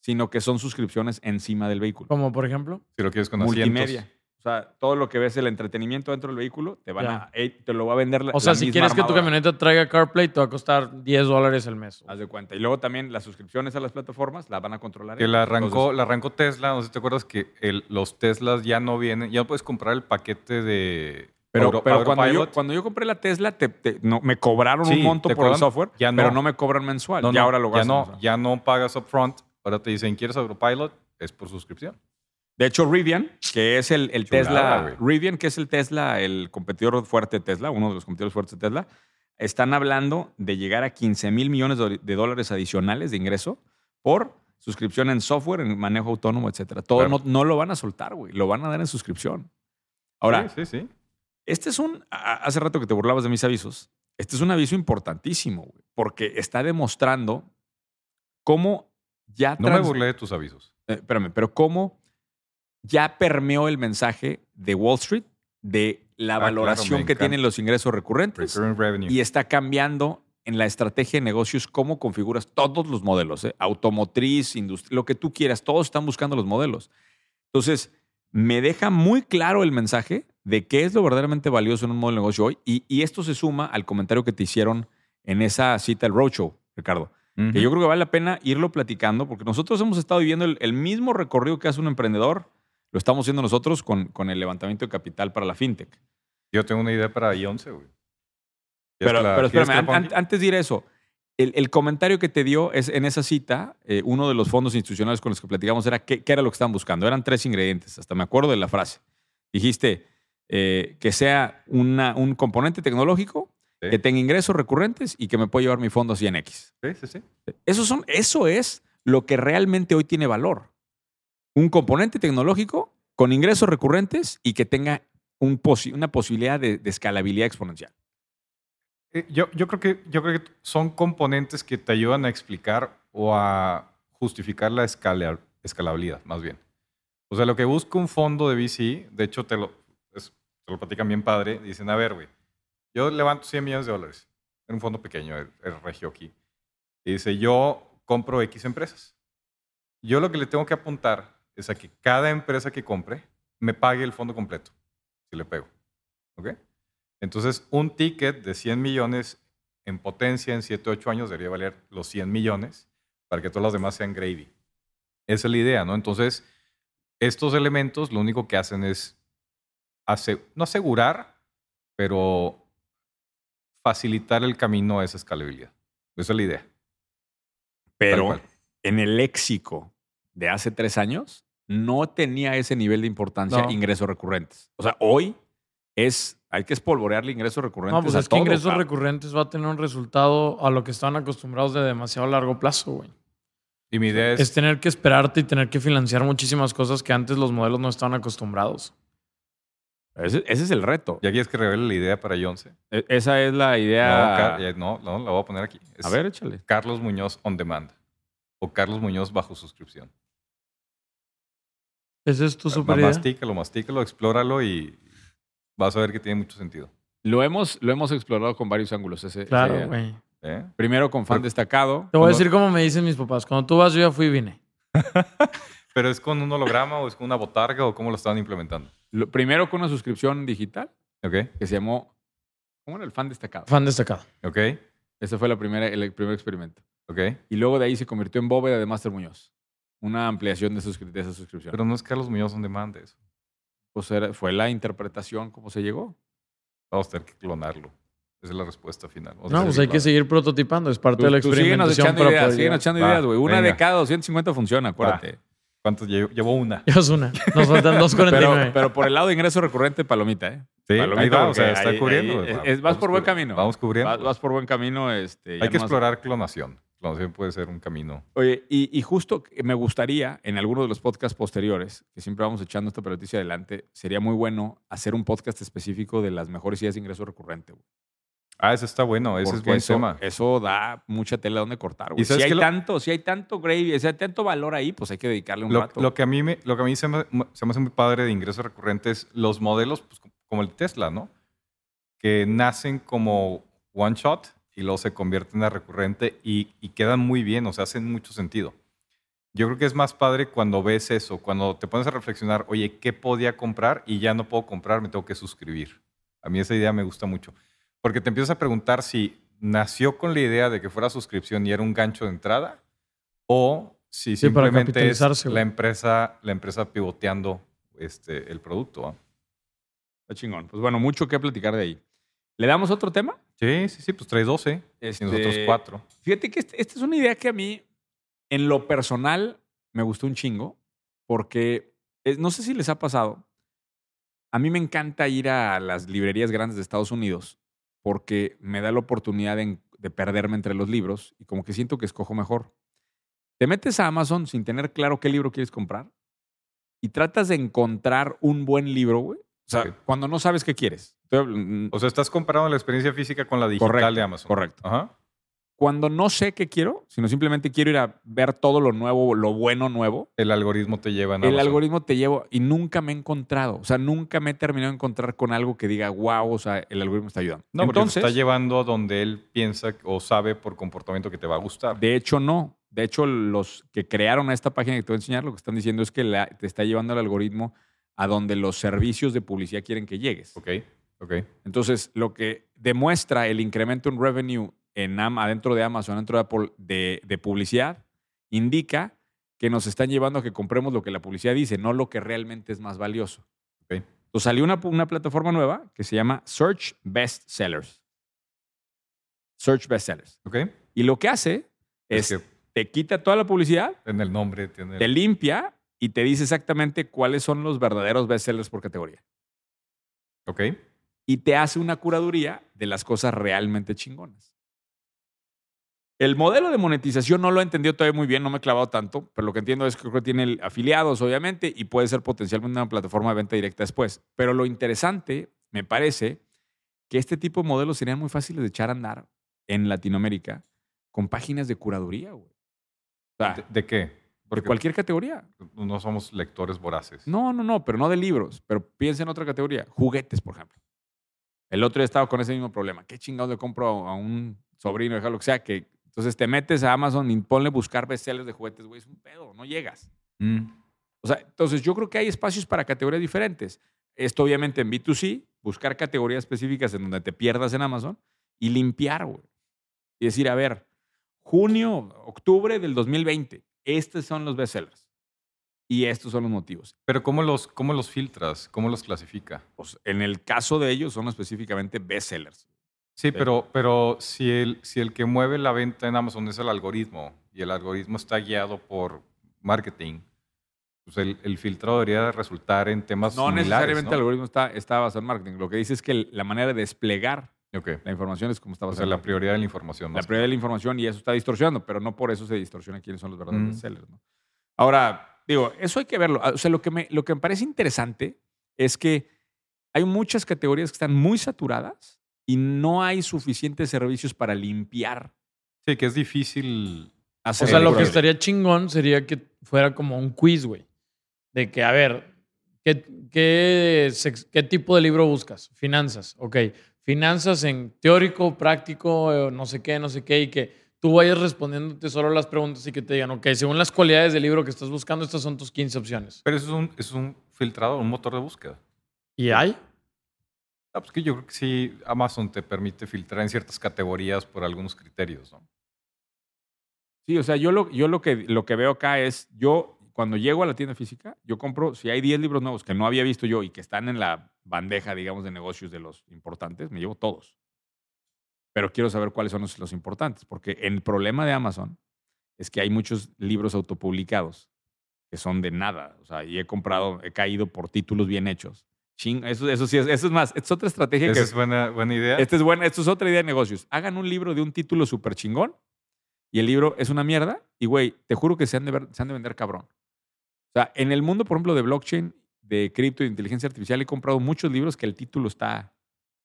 [SPEAKER 1] sino que son suscripciones encima del vehículo.
[SPEAKER 3] Como por ejemplo.
[SPEAKER 2] si lo quieres con
[SPEAKER 1] Multimedia.
[SPEAKER 2] asientos.
[SPEAKER 1] O sea, todo lo que ves, el entretenimiento dentro del vehículo, te, van
[SPEAKER 3] Ya.
[SPEAKER 1] a- eh, te lo va a vender la
[SPEAKER 3] O sea,
[SPEAKER 1] la
[SPEAKER 3] si
[SPEAKER 1] misma
[SPEAKER 3] quieres que tu
[SPEAKER 1] armadora.
[SPEAKER 3] camioneta traiga CarPlay, te va a costar 10 dólares al mes.
[SPEAKER 1] Haz de cuenta. Y luego también las suscripciones a las plataformas las van a controlar.
[SPEAKER 2] Que
[SPEAKER 1] ellos.
[SPEAKER 2] la arrancó,
[SPEAKER 1] Entonces,
[SPEAKER 2] la arrancó Tesla, no sé si te acuerdas que el- los Teslas ya no vienen, ya no puedes comprar el paquete de
[SPEAKER 1] pero
[SPEAKER 2] Euro-
[SPEAKER 1] pero cuando, yo,
[SPEAKER 2] Autopilot.
[SPEAKER 1] cuando yo compré la Tesla, te, te- no, me cobraron
[SPEAKER 2] Sí,
[SPEAKER 1] un monto
[SPEAKER 2] ¿te
[SPEAKER 1] por el
[SPEAKER 2] cobran?
[SPEAKER 1] software,
[SPEAKER 2] Ya no.
[SPEAKER 1] pero no me cobran mensual.
[SPEAKER 2] No,
[SPEAKER 1] ya
[SPEAKER 2] no,
[SPEAKER 1] ahora lo
[SPEAKER 2] ya
[SPEAKER 1] gastan,
[SPEAKER 2] no,
[SPEAKER 1] o sea.
[SPEAKER 2] ya no pagas upfront. Ahora te dicen, ¿quieres Autopilot? Es por suscripción.
[SPEAKER 1] De hecho, Rivian, que es el, el
[SPEAKER 2] Chulada,
[SPEAKER 1] Tesla, Rivian, que es el Tesla, el competidor fuerte de Tesla, uno de los competidores fuertes de Tesla, están hablando de llegar a 15 mil millones de de dólares adicionales de ingreso por suscripción en software, en manejo autónomo, etcétera. Todo
[SPEAKER 2] Claro.
[SPEAKER 1] no, no lo van a soltar, güey. Lo van a dar en suscripción. Ahora,
[SPEAKER 2] Sí, sí, sí.
[SPEAKER 1] este es un. a- Hace rato que te burlabas de mis avisos. Este es un aviso importantísimo, güey, porque está demostrando cómo ya.
[SPEAKER 2] No me
[SPEAKER 1] trans-
[SPEAKER 2] burlé de tus avisos.
[SPEAKER 1] eh, espérame, pero cómo ya permeó el mensaje de Wall Street de la
[SPEAKER 2] Ah, claro,
[SPEAKER 1] valoración
[SPEAKER 2] me
[SPEAKER 1] que
[SPEAKER 2] encanta.
[SPEAKER 1] tienen los ingresos recurrentes
[SPEAKER 2] Recurring revenue.
[SPEAKER 1] y está cambiando en la estrategia de negocios cómo configuras todos los modelos, ¿eh? automotriz, industria, lo que tú quieras, todos están buscando los modelos. Entonces, me deja muy claro el mensaje de qué es lo verdaderamente valioso en un modelo de negocio hoy y, y esto se suma al comentario que te hicieron en esa cita del Roadshow, Ricardo.
[SPEAKER 2] Ujú.
[SPEAKER 1] Que yo creo que vale la pena irlo platicando porque nosotros hemos estado viviendo el, el mismo recorrido que hace un emprendedor, lo estamos haciendo nosotros con, con el levantamiento de capital para la fintech.
[SPEAKER 2] Yo tengo una idea para I11, güey. ¿Quieres
[SPEAKER 1] Pero,
[SPEAKER 2] que la-
[SPEAKER 1] pero espérame,
[SPEAKER 2] quieres que la
[SPEAKER 1] an-
[SPEAKER 2] ponga
[SPEAKER 1] an- antes de ir a eso, el, el comentario que te dio es en esa cita, eh, uno de los fondos institucionales con los que platicamos era qué, qué era lo que estaban buscando. Eran tres ingredientes, hasta me acuerdo de la frase. Dijiste eh, que sea una- un componente tecnológico,
[SPEAKER 2] Sí.
[SPEAKER 1] que tenga ingresos recurrentes y que me pueda llevar mi fondo a 100X.
[SPEAKER 2] aquí? Sí, sí, sí.
[SPEAKER 1] Eso, son, eso es lo que realmente hoy tiene valor. Un componente tecnológico con ingresos recurrentes y que tenga un posi- una posibilidad de, de escalabilidad exponencial.
[SPEAKER 2] Eh, Yo, yo, creo que, yo creo que son componentes que te ayudan a explicar o a justificar la escala- escalabilidad, más bien. O sea, lo que busca un fondo de VC, de hecho, te lo, es- te lo platican bien padre, dicen, a ver, güey, yo levanto 100 millones de dólares en un fondo pequeño, el, el regio aquí. Y dice, yo compro X empresas. Yo lo que le tengo que apuntar es a que cada empresa que compre me pague el fondo completo, si le pego. ¿Ok? Entonces, un ticket de 100 millones en potencia en 7, 8 años debería valer los 100 millones para que todas las demás sean gravy. Esa es la idea, ¿no? Entonces, estos elementos lo único que hacen es, ase- no asegurar, pero facilitar el camino a esa escalabilidad. Esa es la idea.
[SPEAKER 1] Pero
[SPEAKER 2] Tal cual.
[SPEAKER 1] en el léxico de hace tres años no tenía ese nivel de importancia
[SPEAKER 3] No.
[SPEAKER 1] ingresos recurrentes. O sea, hoy es, hay que espolvorearle ingresos recurrentes.
[SPEAKER 3] No, pues
[SPEAKER 1] a
[SPEAKER 3] es que
[SPEAKER 1] todo,
[SPEAKER 3] ingresos
[SPEAKER 1] cabrón.
[SPEAKER 3] recurrentes va a tener un resultado a lo que están acostumbrados de demasiado largo plazo, güey.
[SPEAKER 2] Y mi idea es,
[SPEAKER 3] Es tener que esperarte y tener que financiar muchísimas cosas que antes los modelos no estaban acostumbrados.
[SPEAKER 1] Ese, ese es el reto.
[SPEAKER 2] ¿ya quieres que revele la idea para I11?
[SPEAKER 1] E- Esa es la
[SPEAKER 2] No,
[SPEAKER 1] idea.
[SPEAKER 2] Car- ya- no, no, la voy a poner aquí. Es
[SPEAKER 1] a ver, échale.
[SPEAKER 2] Carlos Muñoz on demand o Carlos Muñoz bajo suscripción.
[SPEAKER 3] Esa es tu super idea.
[SPEAKER 2] Mastícalo, mastícalo, explóralo y vas a ver que tiene mucho sentido.
[SPEAKER 1] Lo hemos, lo hemos explorado con varios ángulos. Ese, esa idea.
[SPEAKER 3] Claro, güey.
[SPEAKER 2] ¿eh?
[SPEAKER 1] Primero con fan
[SPEAKER 2] Pero-
[SPEAKER 1] destacado.
[SPEAKER 3] Te voy a
[SPEAKER 2] Cuando-
[SPEAKER 3] decir como me dicen mis papás. Cuando tú vas, yo ya fui y vine.
[SPEAKER 2] Pero es con un holograma o es con una botarga o cómo lo estaban implementando.
[SPEAKER 1] Lo- primero con una suscripción digital
[SPEAKER 2] ¿Ok?
[SPEAKER 1] que se llamó. ¿Cómo era el fan destacado?
[SPEAKER 3] Fan destacado.
[SPEAKER 2] ¿Ok?
[SPEAKER 1] Ese fue la primera, el primer experimento.
[SPEAKER 2] ¿Ok?
[SPEAKER 1] Y luego de ahí se convirtió en bóveda de Master Muñoz. Una ampliación de, suscri- de esa suscripción.
[SPEAKER 2] Pero no es Carlos Muñoz on demand eso.
[SPEAKER 1] Pues era- fue la interpretación como se llegó.
[SPEAKER 2] Vamos a tener que clonarlo. Esa es la respuesta final. O sea,
[SPEAKER 3] No, pues hay que
[SPEAKER 2] claro.
[SPEAKER 3] seguir prototipando. Es parte
[SPEAKER 1] Tú,
[SPEAKER 3] de la
[SPEAKER 1] tú síguenos
[SPEAKER 3] experimentación
[SPEAKER 1] echando
[SPEAKER 3] para
[SPEAKER 1] ideas,
[SPEAKER 3] poder
[SPEAKER 1] síguenos
[SPEAKER 3] llegar.
[SPEAKER 1] echando
[SPEAKER 2] Va,
[SPEAKER 1] ideas, güey. Una de
[SPEAKER 2] venga.
[SPEAKER 1] cada 250 funciona, acuérdate.
[SPEAKER 2] ¿Cuántos llevo? Llevo una.
[SPEAKER 3] Ya es una. Nos faltan
[SPEAKER 1] Pero,
[SPEAKER 3] 2.49.
[SPEAKER 1] pero por el lado de ingreso recurrente, palomita, ¿eh?
[SPEAKER 2] Sí,
[SPEAKER 1] Palomita,
[SPEAKER 2] ahí va, o
[SPEAKER 1] porque
[SPEAKER 2] sea, está
[SPEAKER 1] ahí-
[SPEAKER 2] cubriendo.
[SPEAKER 1] ahí es-
[SPEAKER 2] Va-
[SPEAKER 1] es- vas
[SPEAKER 2] vamos
[SPEAKER 1] por buen
[SPEAKER 2] cubri-
[SPEAKER 1] camino.
[SPEAKER 2] Vamos cubriendo.
[SPEAKER 1] Vas, vas por buen camino. Este, ya
[SPEAKER 2] hay que
[SPEAKER 1] nomás-
[SPEAKER 2] explorar clonación. Clonación puede ser un camino.
[SPEAKER 1] Oye, y, y justo que me gustaría, en alguno de los podcasts posteriores, que siempre vamos echando esta peloticia adelante, sería muy bueno hacer un podcast específico de las mejores ideas de ingreso recurrente. güey.
[SPEAKER 2] Ah, ese está bueno. Ese es
[SPEAKER 1] Porque
[SPEAKER 2] buen
[SPEAKER 1] eso,
[SPEAKER 2] tema.
[SPEAKER 1] Eso da mucha tela donde cortar, güey.
[SPEAKER 2] ¿Y sabes
[SPEAKER 1] Si hay
[SPEAKER 2] qué lo-
[SPEAKER 1] tanto, si hay tanto gravy, si hay tanto valor ahí, pues hay que dedicarle un
[SPEAKER 2] lo,
[SPEAKER 1] rato.
[SPEAKER 2] lo que a mí, me, lo que a mí se, me, se me hace muy padre de ingresos recurrentes, los modelos pues, como el Tesla, ¿no? Que nacen como one shot y luego se convierten a recurrente y, y quedan muy bien, o sea, hacen mucho sentido. Yo creo que es más padre cuando ves eso, cuando te pones a reflexionar, oye, ¿qué podía comprar y ya no puedo comprar, me tengo que suscribir? A mí esa idea me gusta mucho. Porque te empiezas a preguntar si nació con la idea de que fuera suscripción y era un gancho de entrada o si
[SPEAKER 3] Sí, para
[SPEAKER 2] simplemente es
[SPEAKER 3] capitalizarse,
[SPEAKER 2] la
[SPEAKER 3] güey.
[SPEAKER 2] empresa, la empresa pivoteando este, el producto. ¿ah?
[SPEAKER 1] Está chingón. Pues bueno, mucho que platicar de ahí. ¿Le damos otro tema?
[SPEAKER 2] Sí, sí, sí, pues 312
[SPEAKER 1] Este,
[SPEAKER 2] y nosotros cuatro.
[SPEAKER 1] Fíjate que este- esta es una idea que a mí, en lo personal, me gustó un chingo, porque eh, no sé si les ha pasado. A mí me encanta ir a las librerías grandes de Estados Unidos porque me da la oportunidad de, en- de perderme entre los libros y como que siento que escojo mejor. Te metes a Amazon sin tener claro qué libro quieres comprar y tratas de encontrar un buen libro, güey. O sea,
[SPEAKER 2] Ok.
[SPEAKER 1] cuando no sabes qué quieres. Estoy habl- mm,
[SPEAKER 2] O sea, estás comparando la experiencia física con la digital
[SPEAKER 1] Correcto,
[SPEAKER 2] de Amazon.
[SPEAKER 1] correcto
[SPEAKER 2] Ajá.
[SPEAKER 1] cuando no sé qué quiero, sino simplemente quiero ir a ver todo lo nuevo, lo bueno nuevo,
[SPEAKER 2] El algoritmo te lleva en
[SPEAKER 1] el
[SPEAKER 2] Amazon.
[SPEAKER 1] algoritmo te llevo y nunca me he encontrado. O sea, nunca me he terminado de encontrar con algo que diga, wow, o sea, el algoritmo está ayudando.
[SPEAKER 2] No, porque te
[SPEAKER 1] Entonces,
[SPEAKER 2] está llevando a donde él piensa o sabe por comportamiento que te va a gustar.
[SPEAKER 1] de hecho, no. De hecho, los que crearon esta página que te voy a enseñar, lo que están diciendo es que la- te está llevando el algoritmo a donde los servicios de publicidad quieren que llegues.
[SPEAKER 2] Ok, ok.
[SPEAKER 1] Entonces, lo que demuestra el incremento en revenue en Am- adentro de Amazon, adentro de Apple, de, de publicidad, indica que nos están llevando a que compremos lo que la publicidad dice, no lo que realmente es más valioso.
[SPEAKER 2] Ok.
[SPEAKER 1] Entonces, salió una, una plataforma nueva que se llama Search Best Sellers. Search Best Sellers.
[SPEAKER 2] Ok.
[SPEAKER 1] Y lo que hace es,
[SPEAKER 2] Es que
[SPEAKER 1] te quita toda la publicidad,
[SPEAKER 2] en el nombre tiene.
[SPEAKER 1] te limpia y te dice exactamente cuáles son los verdaderos best sellers por categoría.
[SPEAKER 2] Ok.
[SPEAKER 1] y te hace una curaduría de las cosas realmente chingonas. El modelo de monetización no lo he entendido todavía muy bien, no me he clavado tanto, pero lo que entiendo es que creo que tiene el- afiliados, obviamente, y puede ser potencialmente una plataforma de venta directa después. Pero lo interesante, me parece, que este tipo de modelos serían muy fáciles de echar a andar en Latinoamérica con páginas de curaduría, güey. O sea,
[SPEAKER 2] ¿De, de qué?
[SPEAKER 1] de cualquier categoría.
[SPEAKER 2] no somos lectores voraces.
[SPEAKER 1] No, no, no, pero no de libros. Pero piensa en otra categoría. Juguetes, por ejemplo. El otro día estaba con ese mismo problema. ¿Qué chingados le compro a a un sobrino, hija, lo que sea? Que, entonces te metes a Amazon y ponle buscar bestsellers de juguetes, güey. Es un pedo, no llegas.
[SPEAKER 2] Mm,
[SPEAKER 1] O sea, entonces yo creo que hay espacios para categorías diferentes. Esto obviamente en B2C, buscar categorías específicas en donde te pierdas en Amazon y limpiar, güey. Y decir, a ver, junio, octubre del 2020, estos son los bestsellers. Y estos son los motivos.
[SPEAKER 2] Pero ¿cómo los, ¿cómo los filtras? ¿Cómo los clasifica?
[SPEAKER 1] pues, en el caso de ellos son específicamente bestsellers.
[SPEAKER 2] Sí, pero, pero si, el, si el que mueve la venta en Amazon es el algoritmo y el algoritmo está guiado por marketing, pues el, el filtrado debería de resultar en temas
[SPEAKER 1] No
[SPEAKER 2] similares,
[SPEAKER 1] necesariamente el
[SPEAKER 2] ¿no?
[SPEAKER 1] algoritmo está, está basado en marketing. Lo que dice es que el- la manera de desplegar
[SPEAKER 2] Ok.
[SPEAKER 1] la información es como está
[SPEAKER 2] O sea,
[SPEAKER 1] basada. en
[SPEAKER 2] Pues, la
[SPEAKER 1] marketing.
[SPEAKER 2] prioridad de la información.
[SPEAKER 1] la
[SPEAKER 2] más que-
[SPEAKER 1] prioridad de la información y eso está distorsionando, pero no por eso se distorsiona quiénes son los verdaderos
[SPEAKER 2] Mm.
[SPEAKER 1] bestsellers. ¿no? Ahora, digo, eso hay que verlo. Ah, O sea, lo que, me, lo que me parece interesante es que hay muchas categorías que están muy saturadas y no hay suficientes servicios para limpiar.
[SPEAKER 2] Sí, que es difícil.
[SPEAKER 1] hacer
[SPEAKER 3] O sea,
[SPEAKER 1] la
[SPEAKER 3] lo que
[SPEAKER 1] curaduría.
[SPEAKER 3] estaría chingón sería que fuera como un quiz, güey. De que, a ver, ¿qué, qué, sex- qué tipo de libro buscas? Finanzas, ok. Finanzas en teórico, práctico, eh, no sé qué, no sé qué, y que tú vayas respondiéndote solo las preguntas y que te digan, ok, según las cualidades del libro que estás buscando, estas son tus 15 opciones.
[SPEAKER 2] Pero eso es un, eso es un filtrado, un motor de búsqueda.
[SPEAKER 3] ¿Y hay?
[SPEAKER 2] Ah, pues que yo creo que sí, Amazon te permite filtrar en ciertas categorías por algunos criterios, ¿no?
[SPEAKER 1] Sí, o sea, yo lo, yo lo, que, lo que veo acá es, yo cuando llego a la tienda física, yo compro, si hay 10 libros nuevos que no había visto yo y que están en la bandeja, digamos, de negocios de los importantes, me llevo todos. Pero quiero saber cuáles son los, los importantes, porque el problema de Amazon es que hay muchos libros autopublicados que son de nada. O sea, y he comprado, he caído por títulos bien hechos. Ching, eso, eso sí, es, eso es más, es otra estrategia
[SPEAKER 2] Esa
[SPEAKER 1] que... este
[SPEAKER 2] es buena, buena idea.
[SPEAKER 1] Esta es buena, esto es otra idea de negocios. Hagan un libro de un título súper chingón y el libro es una mierda y, güey, te juro que se han, de ver- se han de vender cabrón. O sea, en el mundo, por ejemplo, de blockchain, de cripto y de inteligencia artificial, he comprado muchos libros que el título está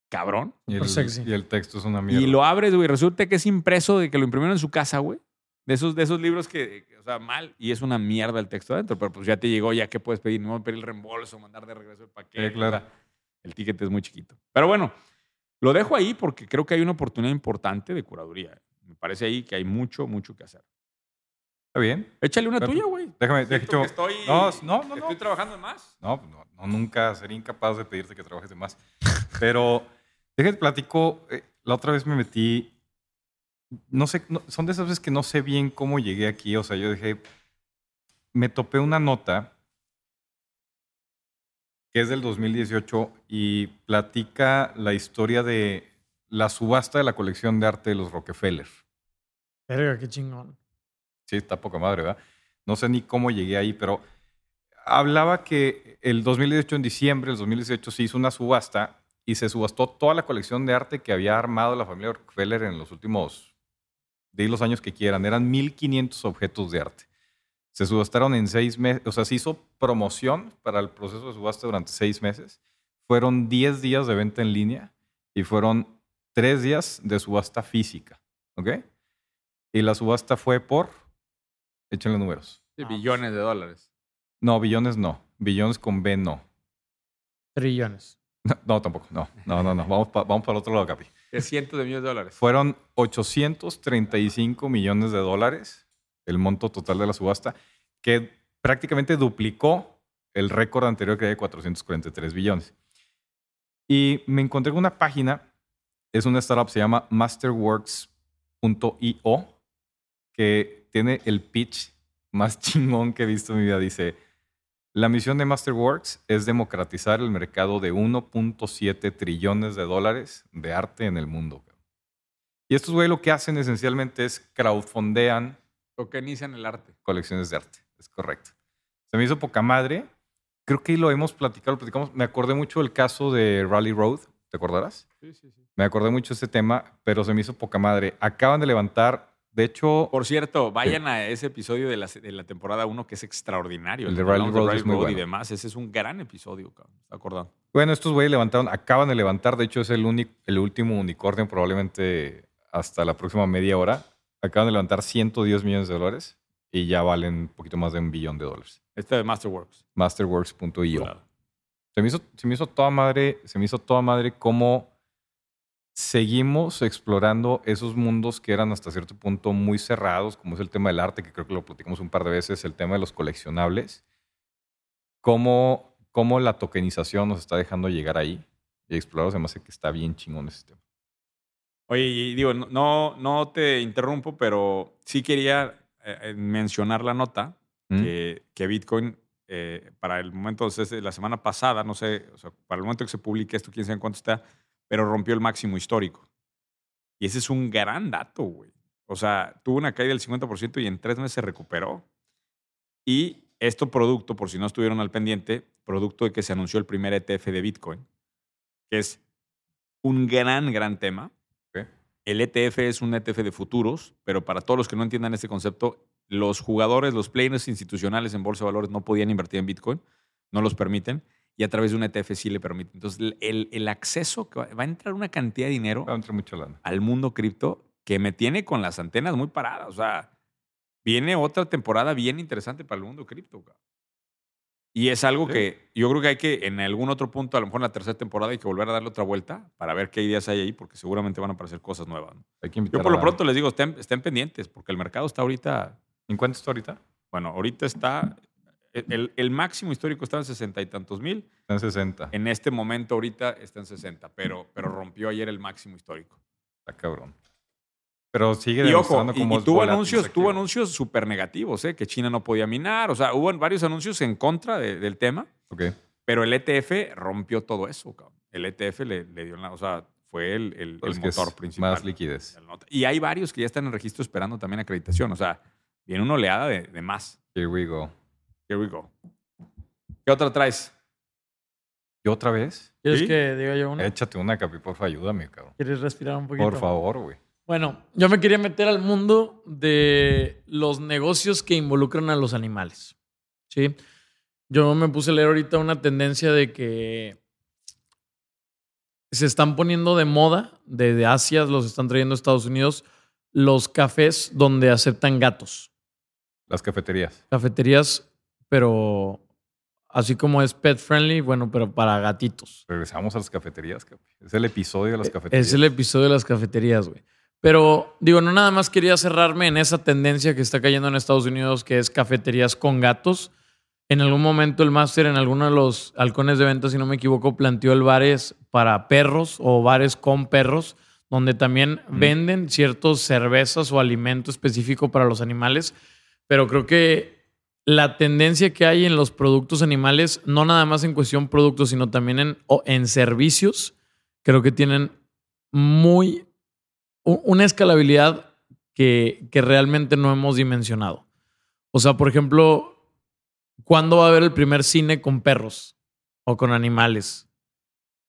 [SPEAKER 1] cabrón.
[SPEAKER 2] y,
[SPEAKER 3] súper
[SPEAKER 2] el,
[SPEAKER 3] sexy.
[SPEAKER 2] y el texto es una mierda.
[SPEAKER 1] Y lo abres, güey, resulta que es impreso de que lo imprimieron en su casa, güey. De esos, de esos libros que, o sea, mal, y es una mierda el texto adentro, pero pues ya te llegó, ya que puedes pedir, no pedir el reembolso, mandar de regreso el paquete.
[SPEAKER 2] Sí, claro.
[SPEAKER 1] o sea, el ticket es muy chiquito. Pero bueno, lo dejo ahí porque creo que hay una oportunidad importante de curaduría. Me parece ahí que hay mucho, mucho que hacer.
[SPEAKER 2] ¿Está bien?
[SPEAKER 1] Échale una
[SPEAKER 2] Pero-
[SPEAKER 1] tuya, güey.
[SPEAKER 2] Déjame,
[SPEAKER 1] Siento
[SPEAKER 2] déjame.
[SPEAKER 1] que estoy,
[SPEAKER 2] No, no, no,
[SPEAKER 1] que
[SPEAKER 2] no.
[SPEAKER 1] estoy trabajando en más.
[SPEAKER 2] No, pues, no, no, nunca sería incapaz de pedirte que trabajes de más. Pero déjate platico. eh, la otra vez me metí. No sé, no- son de esas veces que no sé bien cómo llegué aquí. O sea, yo dije. Me topé una nota que es del 2018 y platica la historia de la subasta de la colección de arte de los Rockefeller.
[SPEAKER 3] Verga, qué chingón.
[SPEAKER 2] Sí, está poca madre, ¿verdad? No sé ni cómo llegué ahí, pero hablaba que el 2018, en diciembre del 2018, se hizo una subasta y se subastó toda la colección de arte que había armado la familia Rockefeller en los últimos, de los años que quieran. Eran 1.500 objetos de arte. Se subastaron en seis meses, o sea, se hizo promoción para el proceso de subasta durante seis meses. Fueron 10 días de venta en línea y fueron 3 días de subasta física. ¿Ok? Y la subasta fue por, échenle números.
[SPEAKER 1] Sí,
[SPEAKER 3] Ah,
[SPEAKER 1] billones de dólares.
[SPEAKER 2] No, billones no. Billones con B no.
[SPEAKER 3] Trillones.
[SPEAKER 2] No, no, tampoco. No, no, no. no. Vamos, pa- vamos para el otro lado, Capi.
[SPEAKER 1] Es cientos de millones de dólares.
[SPEAKER 2] Fueron 835 millones de dólares el monto total de la subasta, que prácticamente duplicó el récord anterior que era de 443 billones. Y me encontré con una página, es una startup, se llama masterworks.io, que tiene el pitch más chingón que he visto en mi vida. Dice, la misión de Masterworks es democratizar el mercado de 1.7 trillones de dólares de arte en el mundo. cabrón. Y estos güey lo que hacen esencialmente es crowdfondean
[SPEAKER 1] Tokenizan el arte.
[SPEAKER 2] colecciones de arte. Es correcto. Se me hizo poca madre. Creo que lo hemos platicado, lo platicamos. Me acordé mucho del caso de Rally Road, ¿te acordarás?
[SPEAKER 1] Sí, sí, sí.
[SPEAKER 2] Me acordé mucho ese tema, pero se me hizo poca madre. Acaban de levantar, de hecho,
[SPEAKER 1] Por cierto, vayan a ese episodio de la, de la temporada 1 que es extraordinario.
[SPEAKER 2] El de
[SPEAKER 1] que
[SPEAKER 2] Rally
[SPEAKER 1] hablamos
[SPEAKER 2] Road es muy
[SPEAKER 1] y
[SPEAKER 2] bueno.
[SPEAKER 1] demás. Ese es un gran episodio, cabrón. ¿Está acordado?
[SPEAKER 2] Bueno, estos güeyes levantaron, acaban de levantar, de hecho es el, único, el último unicornio probablemente hasta la próxima media hora. Acaban de levantar 110 millones de dólares y ya valen un poquito más de un billón de dólares.
[SPEAKER 1] Este de Masterworks.
[SPEAKER 2] Masterworks.io.
[SPEAKER 1] Chulada.
[SPEAKER 2] Se me hizo, se me hizo toda madre, se me hizo toda madre cómo seguimos explorando esos mundos que eran hasta cierto punto muy cerrados, como es el tema del arte, que creo que lo platicamos un par de veces, el tema de los coleccionables, cómo, cómo la tokenización nos está dejando llegar ahí y explorar, además que está bien chingón ese tema.
[SPEAKER 1] Oye, y digo, no- no, no te interrumpo, pero sí quería eh, eh, mencionar la nota
[SPEAKER 2] ¿Mm?
[SPEAKER 1] que, que Bitcoin, eh, para el momento, o sea, es de la semana pasada, no sé, o sea, para el momento que se publique esto, quién sabe en cuánto está, pero rompió el máximo histórico. Y ese es un gran dato, güey. O sea, tuvo una caída del 50% y en tres meses se recuperó. Y esto producto, por si no estuvieron al pendiente, producto de que se anunció el primer ETF de Bitcoin, que es un gran, gran tema.
[SPEAKER 2] Ok.
[SPEAKER 1] El ETF es un ETF de futuros, pero para todos los que no entiendan este concepto, los jugadores, los players institucionales en bolsa de valores no podían invertir en Bitcoin, no los permiten, y a través de un ETF sí le permiten. Entonces, el- el, el acceso, que va, va a entrar una cantidad de dinero
[SPEAKER 2] Va a entrar mucha lana.
[SPEAKER 1] al mundo cripto que me tiene con las antenas muy paradas. O sea, viene otra temporada bien interesante para el mundo cripto. cabrón. Y es algo
[SPEAKER 2] Sí.
[SPEAKER 1] que yo creo que hay que, en algún otro punto, a lo mejor en la tercera temporada, hay que volver a darle otra vuelta para ver qué ideas hay ahí, porque seguramente van a aparecer cosas nuevas. ¿no?
[SPEAKER 2] Hay que invitar
[SPEAKER 1] Yo
[SPEAKER 2] a
[SPEAKER 1] por lo
[SPEAKER 2] la-
[SPEAKER 1] pronto les digo, estén, estén pendientes, porque el mercado está ahorita,
[SPEAKER 2] ¿En cuánto está ahorita?
[SPEAKER 1] bueno, ahorita está, e-, el, el máximo histórico estaba en sesenta y tantos mil,
[SPEAKER 2] Está en 60.
[SPEAKER 1] en este momento ahorita está en 60, pero, pero rompió ayer el máximo histórico.
[SPEAKER 2] Está cabrón. Pero sigue
[SPEAKER 1] Y ojo,
[SPEAKER 2] demostrando
[SPEAKER 1] y,
[SPEAKER 2] cómo
[SPEAKER 1] y
[SPEAKER 2] es
[SPEAKER 1] tuvo
[SPEAKER 2] volátil
[SPEAKER 1] anuncios,
[SPEAKER 2] ese
[SPEAKER 1] tuvo
[SPEAKER 2] activo.
[SPEAKER 1] anuncios súper negativos, ¿eh? que China no podía minar, o sea, hubo varios anuncios en contra de- del tema,
[SPEAKER 2] Ok.
[SPEAKER 1] pero el ETF rompió todo eso, cabrón. El ETF le, le dio la, o sea, fue el, el- el
[SPEAKER 2] Entonces, que Pues es
[SPEAKER 1] motor principal.
[SPEAKER 2] Más liquidez.
[SPEAKER 1] de la nota. Y hay varios que ya están en registro esperando también acreditación, o sea, viene una oleada de, de más.
[SPEAKER 2] Here we go.
[SPEAKER 1] Here we go. ¿Qué otra traes?
[SPEAKER 2] ¿Y otra vez?
[SPEAKER 3] ¿Quieres
[SPEAKER 1] ¿Sí?
[SPEAKER 3] que diga yo una?
[SPEAKER 2] Échate una, Capi, porfa, ayúdame, cabrón.
[SPEAKER 3] ¿Quieres respirar un poquito?
[SPEAKER 2] Por favor, güey.
[SPEAKER 3] Bueno, yo me quería meter al mundo de los negocios que involucran a los animales. ¿Sí? Yo me puse a leer ahorita una tendencia de que se están poniendo de moda desde Asia, los están trayendo a Estados Unidos, los cafés donde aceptan gatos.
[SPEAKER 2] Las cafeterías.
[SPEAKER 3] Cafeterías, pero así como es pet friendly, bueno, pero para gatitos.
[SPEAKER 2] Regresamos a las cafeterías, Capi. Es el episodio de las cafeterías.
[SPEAKER 3] Eh, Es el episodio de las cafeterías, güey. Pero digo, no nada más quería cerrarme en esa tendencia que está cayendo en Estados Unidos, que es cafeterías con gatos. En algún momento el máster en alguno de los halcones de venta, si no me equivoco, planteó el bares para perros o bares con perros, donde también
[SPEAKER 2] Mm.
[SPEAKER 3] venden ciertos cervezas o alimento específico para los animales. Pero creo que la tendencia que hay en los productos animales, no nada más en cuestión productos, sino también en, o en servicios, creo que tienen muy u- una escalabilidad que, que realmente no hemos dimensionado. O sea, por ejemplo, ¿cuándo va a haber el primer cine con perros o con animales?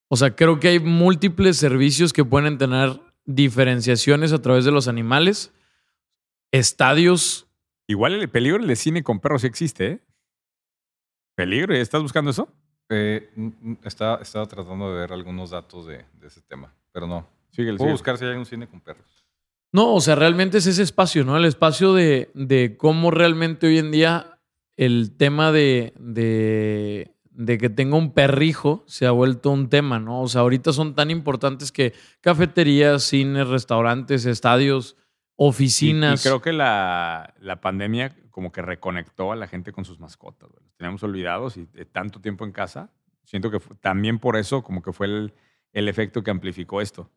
[SPEAKER 3] O sea, creo que hay múltiples servicios que pueden tener diferenciaciones a través de los animales, estadios.
[SPEAKER 1] Igual el peligro del cine con perros sí existe, ¿eh? ¿Peligro? ¿Estás buscando eso?
[SPEAKER 2] Eh, n- n- estaba, estaba tratando de ver algunos datos de, de ese tema, pero no.
[SPEAKER 1] Sigue el
[SPEAKER 2] Puedo buscar si hay un cine con perros.
[SPEAKER 3] No, o sea, realmente es ese espacio, ¿no? El espacio de, de cómo realmente hoy en día el tema de, de, de que tenga un perrijo se ha vuelto un tema, ¿no? O sea, ahorita son tan importantes que cafeterías, cines, restaurantes, estadios,
[SPEAKER 1] Y-
[SPEAKER 3] oficinas.
[SPEAKER 1] Y, creo que la, la pandemia como que reconectó a la gente con sus mascotas. güey. Los teníamos olvidados y de tanto tiempo en casa. Siento que fu- también por eso como que fue el, el efecto que amplificó esto.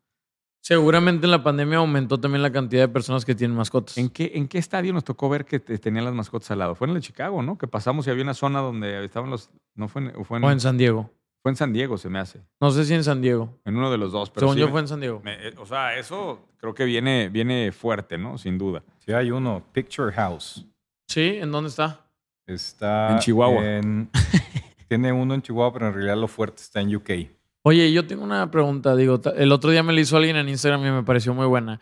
[SPEAKER 3] Seguramente en la pandemia aumentó también la cantidad de personas que tienen mascotas.
[SPEAKER 1] ¿En qué, ¿En qué estadio nos tocó ver que te- tenían las mascotas al lado? Fue en el de Chicago, ¿no? Que pasamos y había una zona donde estaban los... No fue en, o fue en,
[SPEAKER 3] O en San Diego.
[SPEAKER 1] fue en San Diego, se me hace.
[SPEAKER 3] No sé si en San Diego.
[SPEAKER 1] En uno de los dos. Pero
[SPEAKER 3] Según
[SPEAKER 1] sí
[SPEAKER 3] yo
[SPEAKER 1] me-
[SPEAKER 3] fue en San Diego.
[SPEAKER 1] me- eh, o sea, eso creo que viene, viene fuerte, ¿no? Sin duda.
[SPEAKER 2] Sí, hay uno, Picture House.
[SPEAKER 3] ¿Sí? ¿En dónde está?
[SPEAKER 2] Está
[SPEAKER 1] En Chihuahua.
[SPEAKER 2] en- tiene uno en Chihuahua, pero en realidad lo fuerte está en UK.
[SPEAKER 3] Oye, yo tengo una pregunta. Digo, ta- el otro día me la hizo alguien en Instagram y me pareció muy buena.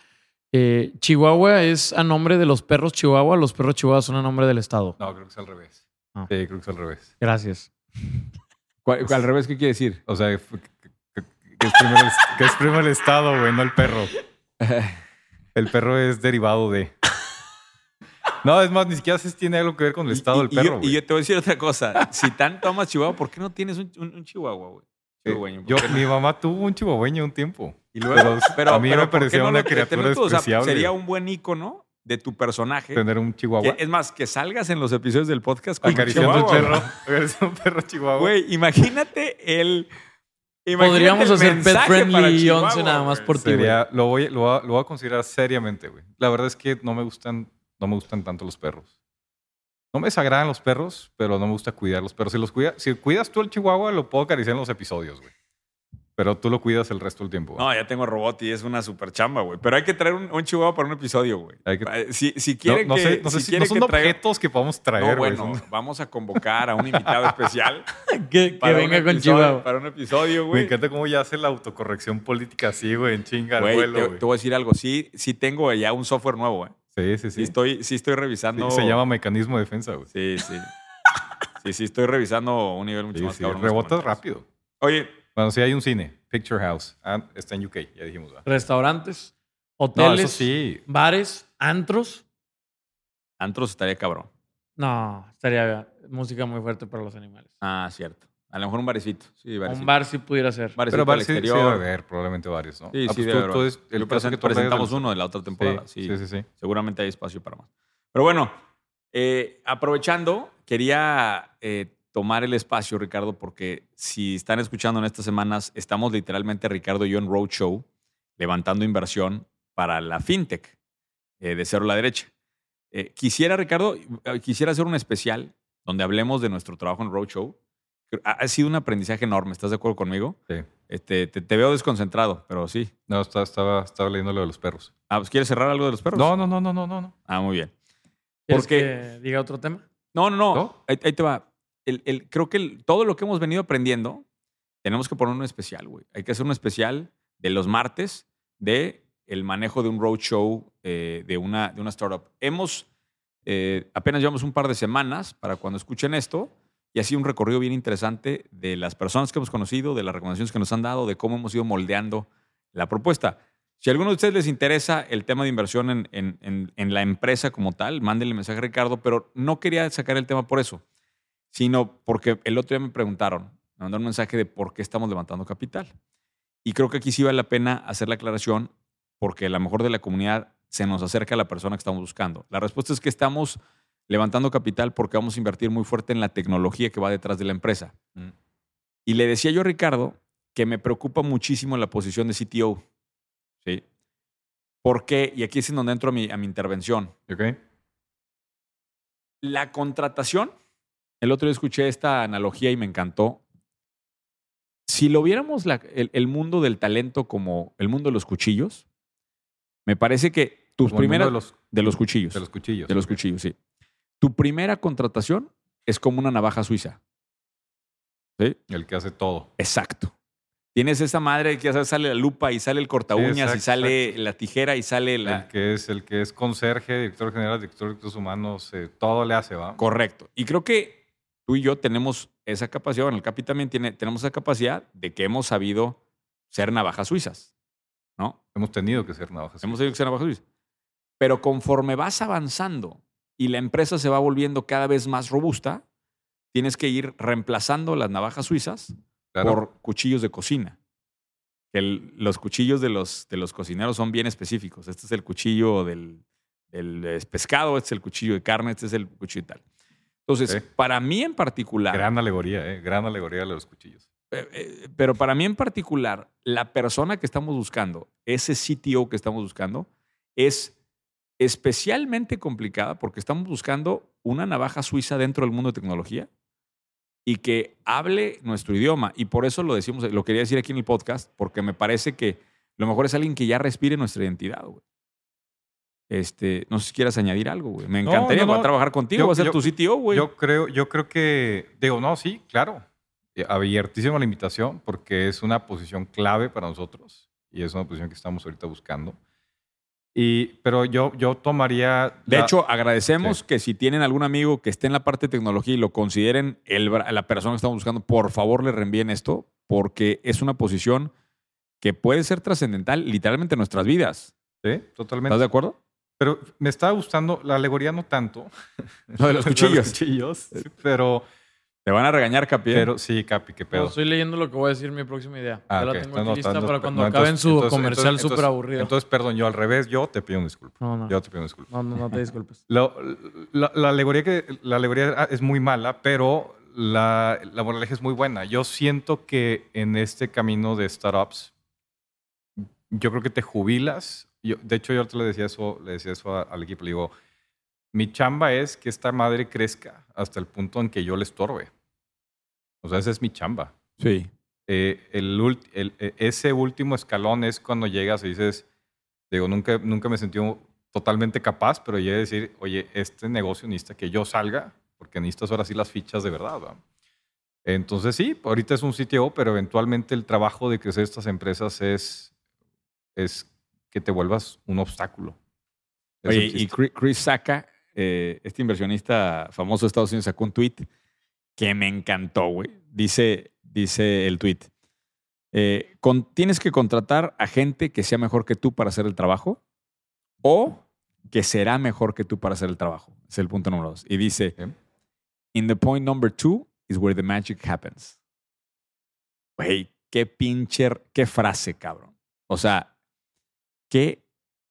[SPEAKER 3] Eh, ¿Chihuahua es a nombre de los perros Chihuahua? ¿Los perros Chihuahua son a nombre del Estado?
[SPEAKER 2] No, creo que es al revés.
[SPEAKER 3] Ah.
[SPEAKER 2] Sí, creo que es al revés.
[SPEAKER 3] Gracias.
[SPEAKER 1] ¿Cuál- al revés, ¿qué quiere decir?
[SPEAKER 2] O sea, fue- que, que- que es primero el, que es primero el Estado, güey, no el perro. El perro es derivado de. No, es más, ni siquiera se tiene algo que ver con el
[SPEAKER 1] y,
[SPEAKER 2] Estado del
[SPEAKER 1] y- y
[SPEAKER 2] perro,
[SPEAKER 1] yo, y
[SPEAKER 2] güey.
[SPEAKER 1] yo te voy a decir otra cosa. Si tanto amas Chihuahua, ¿por qué no tienes un, un- un Chihuahua, güey? Chihuahueño,
[SPEAKER 2] Eh,
[SPEAKER 1] ¿por
[SPEAKER 2] yo-
[SPEAKER 1] qué no?
[SPEAKER 2] mi mamá tuvo un chihuahueño un tiempo.
[SPEAKER 1] Y luego,
[SPEAKER 2] pero- a mí me
[SPEAKER 1] ¿por qué
[SPEAKER 2] parecía una
[SPEAKER 1] lo- te
[SPEAKER 2] criatura
[SPEAKER 1] meto? O sea,
[SPEAKER 2] despreciable.
[SPEAKER 1] sería un buen ícono de tu personaje.
[SPEAKER 2] Tener un
[SPEAKER 1] Que-
[SPEAKER 2] chihuahua.
[SPEAKER 1] es más, que salgas en los episodios del podcast con
[SPEAKER 2] Acariciando
[SPEAKER 1] Chihuahua,
[SPEAKER 2] un perro.
[SPEAKER 1] güey.
[SPEAKER 2] Acariciando un perro chihuahua.
[SPEAKER 1] Güey, imagínate el. imagínate
[SPEAKER 3] Podríamos
[SPEAKER 1] el
[SPEAKER 3] hacer pet
[SPEAKER 1] mensaje para
[SPEAKER 3] friendly
[SPEAKER 1] Chihuahua,
[SPEAKER 3] 11 nada más
[SPEAKER 1] güey.
[SPEAKER 3] por ti, güey.
[SPEAKER 2] Sería- lo, voy, lo, voy a- lo voy a considerar seriamente, güey. La verdad es que no me gustan, no me gustan tanto los perros. No me desagradan los perros, pero no me gusta cuidarlos. Pero si los cuida, si cuidas tú al chihuahua, lo puedo acariciar en los episodios, güey. Pero tú lo cuidas el resto del tiempo. güey.
[SPEAKER 1] No, ya tengo robot y es una super chamba, güey. Pero hay que traer un, un Chihuahua para un episodio, güey.
[SPEAKER 2] Hay que-
[SPEAKER 1] Eh, Si, si
[SPEAKER 2] No-
[SPEAKER 1] quieren
[SPEAKER 2] no,
[SPEAKER 1] que.
[SPEAKER 2] sé, no sé
[SPEAKER 1] si
[SPEAKER 2] si- no
[SPEAKER 1] quieren
[SPEAKER 2] son
[SPEAKER 1] que traiga-
[SPEAKER 2] objetos que podemos traer,
[SPEAKER 1] No,
[SPEAKER 2] güey.
[SPEAKER 1] bueno,
[SPEAKER 2] Son-
[SPEAKER 1] vamos a convocar a un invitado especial
[SPEAKER 3] Que, que
[SPEAKER 1] para un
[SPEAKER 3] venga con
[SPEAKER 1] episodio-
[SPEAKER 3] Chihuahua.
[SPEAKER 1] Para un episodio,
[SPEAKER 2] Me
[SPEAKER 1] güey.
[SPEAKER 2] encanta cómo ya hace la autocorrección política así, güey, en chinga al
[SPEAKER 1] Güey,
[SPEAKER 2] vuelo,
[SPEAKER 1] te,
[SPEAKER 2] güey.
[SPEAKER 1] te voy a decir algo. Sí, sí tengo ya un software nuevo, eh.
[SPEAKER 2] Sí, sí,
[SPEAKER 1] Sí
[SPEAKER 2] sí.
[SPEAKER 1] estoy, sí estoy
[SPEAKER 2] Sí,
[SPEAKER 1] revisando.
[SPEAKER 2] Se llama mecanismo de defensa, güey.
[SPEAKER 1] Sí, sí. Sí, sí, estoy revisando un nivel mucho
[SPEAKER 2] Sí,
[SPEAKER 1] más
[SPEAKER 2] sí.
[SPEAKER 1] cabrón.
[SPEAKER 2] Rebotas
[SPEAKER 1] Los
[SPEAKER 2] rápido.
[SPEAKER 1] comentarios. Oye,
[SPEAKER 2] Bueno, sí hay un cine, Picture House. Ah, está en UK, ya dijimos. ¿verdad?
[SPEAKER 3] Restaurantes,
[SPEAKER 2] No,
[SPEAKER 3] hoteles,
[SPEAKER 2] eso sí.
[SPEAKER 3] bares, antros.
[SPEAKER 1] Antros estaría cabrón.
[SPEAKER 3] No, estaría música muy fuerte para los animales.
[SPEAKER 1] Ah, cierto. A lo mejor un barecito. Sí, barecito.
[SPEAKER 3] Un bar sí pudiera ser.
[SPEAKER 1] Barecito
[SPEAKER 2] Pero
[SPEAKER 1] al
[SPEAKER 2] varios sí, sí debe
[SPEAKER 1] exterior.
[SPEAKER 2] haber, probablemente varios, ¿no?
[SPEAKER 1] Sí,
[SPEAKER 2] Ah,
[SPEAKER 1] sí,
[SPEAKER 2] pues
[SPEAKER 1] debe
[SPEAKER 2] tú-
[SPEAKER 1] haber
[SPEAKER 2] tú
[SPEAKER 1] varios.
[SPEAKER 2] es el
[SPEAKER 1] Yo
[SPEAKER 2] caso
[SPEAKER 1] presen-
[SPEAKER 2] que tú hablabas de
[SPEAKER 1] presentamos
[SPEAKER 2] los-
[SPEAKER 1] uno de la otra temporada.
[SPEAKER 2] Sí,
[SPEAKER 1] sí.
[SPEAKER 2] sí, sí, sí.
[SPEAKER 1] Seguramente hay espacio para más. Pero bueno, eh, aprovechando, quería eh, tomar el espacio, Ricardo, porque si están escuchando en estas semanas, estamos literalmente, Ricardo y yo, en Roadshow, levantando inversión para la fintech eh, de cero a la derecha. Eh, quisiera, Ricardo, eh, quisiera hacer un especial donde hablemos de nuestro trabajo en Roadshow. Ha, ha sido un aprendizaje enorme, ¿estás de acuerdo conmigo?
[SPEAKER 2] Sí.
[SPEAKER 1] Este, te, te veo desconcentrado, pero sí.
[SPEAKER 2] No, estaba, estaba, estaba leyendo lo de los perros.
[SPEAKER 1] Ah, pues, ¿Quieres cerrar algo de los perros?
[SPEAKER 2] No, no, no, no, no, no. no.
[SPEAKER 1] Ah, muy bien.
[SPEAKER 3] ¿Quieres
[SPEAKER 1] porque-
[SPEAKER 3] que diga otro tema?
[SPEAKER 1] No, no, no.
[SPEAKER 2] ¿No?
[SPEAKER 1] Ahí, ahí te va. El- el- creo que el- todo lo que hemos venido aprendiendo, tenemos que poner un especial, güey. Hay que hacer un especial de los martes de el manejo de un roadshow eh, de, una, de una startup. Hemos, eh, apenas llevamos un par de semanas para cuando escuchen esto y ha sido un recorrido bien interesante de las personas que hemos conocido, de las recomendaciones que nos han dado, de cómo hemos ido moldeando la propuesta. Si a alguno de ustedes les interesa el tema de inversión en, en- en- en la empresa como tal, mándenle mensaje a Ricardo, pero no quería sacar el tema por eso, sino porque el otro día me preguntaron, me mandaron un mensaje de por qué estamos levantando capital. Y creo que aquí sí vale la pena hacer la aclaración porque a lo mejor de la comunidad se nos acerca la persona que estamos buscando. La respuesta es que estamos levantando capital porque vamos a invertir muy fuerte en la tecnología que va detrás de la empresa.
[SPEAKER 2] Mm.
[SPEAKER 1] Y le decía yo a Ricardo que me preocupa muchísimo la posición de CTO. ¿Sí? Porque, y aquí es en donde entro a mi, a mi intervención,
[SPEAKER 2] ¿Ok?
[SPEAKER 1] la contratación, el otro día escuché esta analogía y me encantó. Si lo viéramos la- el, el mundo del talento como el mundo de los cuchillos, me parece que tus
[SPEAKER 2] Como el mundo
[SPEAKER 1] primeras...
[SPEAKER 2] de los,
[SPEAKER 1] de los cuchillos.
[SPEAKER 2] de los cuchillos.
[SPEAKER 1] De los cuchillos, sí. Tu primera contratación es como una navaja suiza. ¿Sí?
[SPEAKER 2] El que hace todo.
[SPEAKER 1] Exacto. Tienes esa madre que ya sabes, sale la lupa y sale el corta uñas
[SPEAKER 2] Sí,
[SPEAKER 1] y
[SPEAKER 2] exacto,
[SPEAKER 1] sale la tijera y sale la...
[SPEAKER 2] El que es el que es conserje, director general, director de recursos humanos, eh, todo le hace, ¿va?
[SPEAKER 1] Correcto. Y creo que tú y yo tenemos esa capacidad, bueno, el Capi también tiene, tenemos esa capacidad de que hemos sabido ser navajas suizas, ¿no?
[SPEAKER 2] Hemos tenido que ser navajas.
[SPEAKER 1] Hemos sabido que ser navajas suizas. Pero conforme vas avanzando y la empresa se va volviendo cada vez más robusta, tienes que ir reemplazando las navajas suizas
[SPEAKER 2] Claro.
[SPEAKER 1] por cuchillos de cocina. El- los cuchillos de los, de los cocineros son bien específicos. Este es el cuchillo del, del, eh, pescado, este es el cuchillo de carne, este es el cuchillo y tal. Entonces,
[SPEAKER 2] Ok.
[SPEAKER 1] para mí en particular,
[SPEAKER 2] Gran alegoría, ¿eh? Gran alegoría de los cuchillos.
[SPEAKER 1] eh, eh, pero para mí en particular, la persona que estamos buscando, ese CTO que estamos buscando, es especialmente complicada porque estamos buscando una navaja suiza dentro del mundo de tecnología y que hable nuestro idioma. Y por eso lo decimos, lo quería decir aquí en el podcast, porque me parece que lo mejor es alguien que ya respire nuestra identidad, güey. Este, no sé si quieras añadir algo, güey. Me
[SPEAKER 2] No,
[SPEAKER 1] encantaría
[SPEAKER 2] no,
[SPEAKER 1] voy a
[SPEAKER 2] no.
[SPEAKER 1] trabajar contigo,
[SPEAKER 2] Yo-
[SPEAKER 1] voy a ser
[SPEAKER 2] yo-
[SPEAKER 1] tu CTO, güey.
[SPEAKER 3] pues.
[SPEAKER 2] Yo creo, yo creo que, digo, no, sí, claro. Eh, Abiertísima la invitación porque es una posición clave para nosotros y es una posición que estamos ahorita buscando. Y, pero yo, yo tomaría...
[SPEAKER 1] De
[SPEAKER 2] la-
[SPEAKER 1] hecho, agradecemos
[SPEAKER 2] Sí.
[SPEAKER 1] que si tienen algún amigo que esté en la parte de tecnología y lo consideren el bra- la persona que estamos buscando, por favor le reenvíen esto, porque es una posición que puede ser trascendental literalmente en nuestras vidas.
[SPEAKER 2] Sí,
[SPEAKER 1] ¿Estás de
[SPEAKER 2] totalmente.
[SPEAKER 1] acuerdo?
[SPEAKER 2] Pero me estaba gustando la alegoría no tanto.
[SPEAKER 1] Lo de los cuchillos.
[SPEAKER 2] cuchillos, sí, pero,
[SPEAKER 1] Te van a regañar, Capi. ¿eh?
[SPEAKER 2] pero sí, Capi, qué
[SPEAKER 3] No,
[SPEAKER 2] pedo.
[SPEAKER 3] estoy leyendo lo que voy a decir mi próxima idea.
[SPEAKER 2] Ah, ok.
[SPEAKER 3] ya la tengo
[SPEAKER 2] Estás
[SPEAKER 3] aquí lista
[SPEAKER 2] notando-
[SPEAKER 3] para cuando
[SPEAKER 2] no,
[SPEAKER 3] acaben
[SPEAKER 2] entonces-
[SPEAKER 3] su
[SPEAKER 2] entonces-
[SPEAKER 3] comercial
[SPEAKER 2] entonces-
[SPEAKER 3] súper aburrido.
[SPEAKER 2] Entonces, perdón, yo al revés, yo te pido un disculpa.
[SPEAKER 3] no, no,
[SPEAKER 2] Yo te pido un disculpa.
[SPEAKER 3] no, no, no te disculpes.
[SPEAKER 2] La, la- la alegoría que, la alegoría ah, es muy mala, pero la, la moraleja es muy buena. Yo siento que en este camino de startups, yo creo que te jubilas. Yo- de hecho, yo te le decía eso, le decía eso a- al equipo. Le digo, mi chamba es que esta madre crezca hasta el punto en que yo le estorbe. O sea, esa es mi chamba.
[SPEAKER 1] Sí.
[SPEAKER 2] Eh, el ult- el- eh, ese último escalón es cuando llegas y dices, digo, nunca, nunca me sentí un- totalmente capaz, pero llegué a decir, oye, este negocio necesita que yo salga, porque necesitas ahora sí las fichas de verdad. ¿va? Entonces sí, ahorita es un CTO, pero eventualmente el trabajo de crecer estas empresas es, es que te vuelvas un obstáculo. Es
[SPEAKER 1] Oye,
[SPEAKER 2] el
[SPEAKER 1] y
[SPEAKER 2] chiste.
[SPEAKER 1] Chris- Chris Saka, eh, este inversionista famoso de Estados Unidos, sacó un tweet que me encantó, güey. Dice, dice el tweet. eh, con- tienes que contratar a gente que sea mejor que tú para hacer el trabajo o que será mejor que tú para hacer el trabajo. Es el punto número dos. Y dice,
[SPEAKER 2] Ok.
[SPEAKER 1] in the point number two is where the magic happens. Güey, qué pinche, qué frase, cabrón. O sea, qué,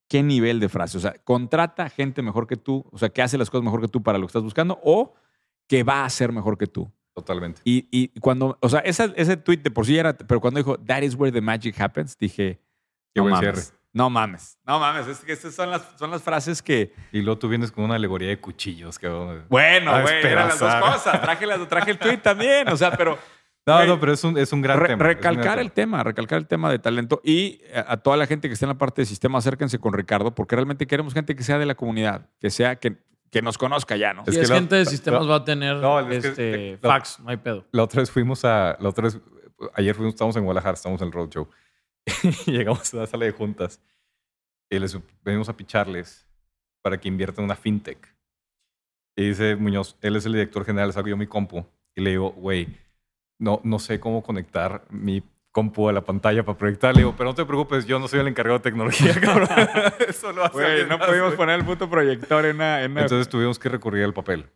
[SPEAKER 1] qué nivel de frase. O sea, contrata gente mejor que tú, o sea, que hace las cosas mejor que tú para lo que estás buscando o que va a ser mejor que tú.
[SPEAKER 2] Totalmente.
[SPEAKER 1] Y, y cuando, o sea, esa- ese tweet de por sí era, pero cuando dijo, That is where the magic happens, dije,
[SPEAKER 2] Qué
[SPEAKER 1] no
[SPEAKER 2] buen
[SPEAKER 1] mames, no mames, no mames, es que estas son las, son las frases que,
[SPEAKER 2] Y luego tú vienes con una alegoría de cuchillos. cabrón.
[SPEAKER 1] bueno,
[SPEAKER 2] A
[SPEAKER 1] güey, eran las dos
[SPEAKER 2] despedazar.
[SPEAKER 1] cosas, traje, las, traje el tweet también, o sea, pero
[SPEAKER 2] No,
[SPEAKER 1] güey,
[SPEAKER 2] no, pero es un, es un gran
[SPEAKER 1] re-
[SPEAKER 2] tema. es un gran
[SPEAKER 1] recalcar
[SPEAKER 2] tema.
[SPEAKER 1] el tema, recalcar el tema de talento y eh, a, a toda la gente que está en la parte de sistema, acérquense con Ricardo, porque realmente queremos gente que sea de la comunidad, que sea, que, que nos conozca ya, ¿no?
[SPEAKER 2] Es
[SPEAKER 3] Si
[SPEAKER 2] que
[SPEAKER 3] es
[SPEAKER 2] lo-
[SPEAKER 3] gente de
[SPEAKER 2] lo-
[SPEAKER 3] sistemas, va a tener
[SPEAKER 2] no, es que-
[SPEAKER 3] este,
[SPEAKER 2] lo-
[SPEAKER 3] fax, no hay pedo.
[SPEAKER 2] La otra vez fuimos a. La otra vez, ayer fuimos, estábamos en Guadalajara, estábamos en el roadshow. y llegamos a la sala de juntas. Y les venimos a picharles para que inviertan en una fintech. Y dice Muñoz, él es el director general, salgo yo mi compu. Y le digo, güey, no, no sé cómo conectar mi compu a la pantalla para proyectar. Le digo, pero no te preocupes, yo no soy el encargado de tecnología, cabrón. Eso lo hace
[SPEAKER 1] Güey,
[SPEAKER 2] alguien
[SPEAKER 1] no
[SPEAKER 2] más,
[SPEAKER 1] pudimos
[SPEAKER 2] güey.
[SPEAKER 1] poner el puto proyector en una... En una-
[SPEAKER 2] Entonces tuvimos que recurrir al papel.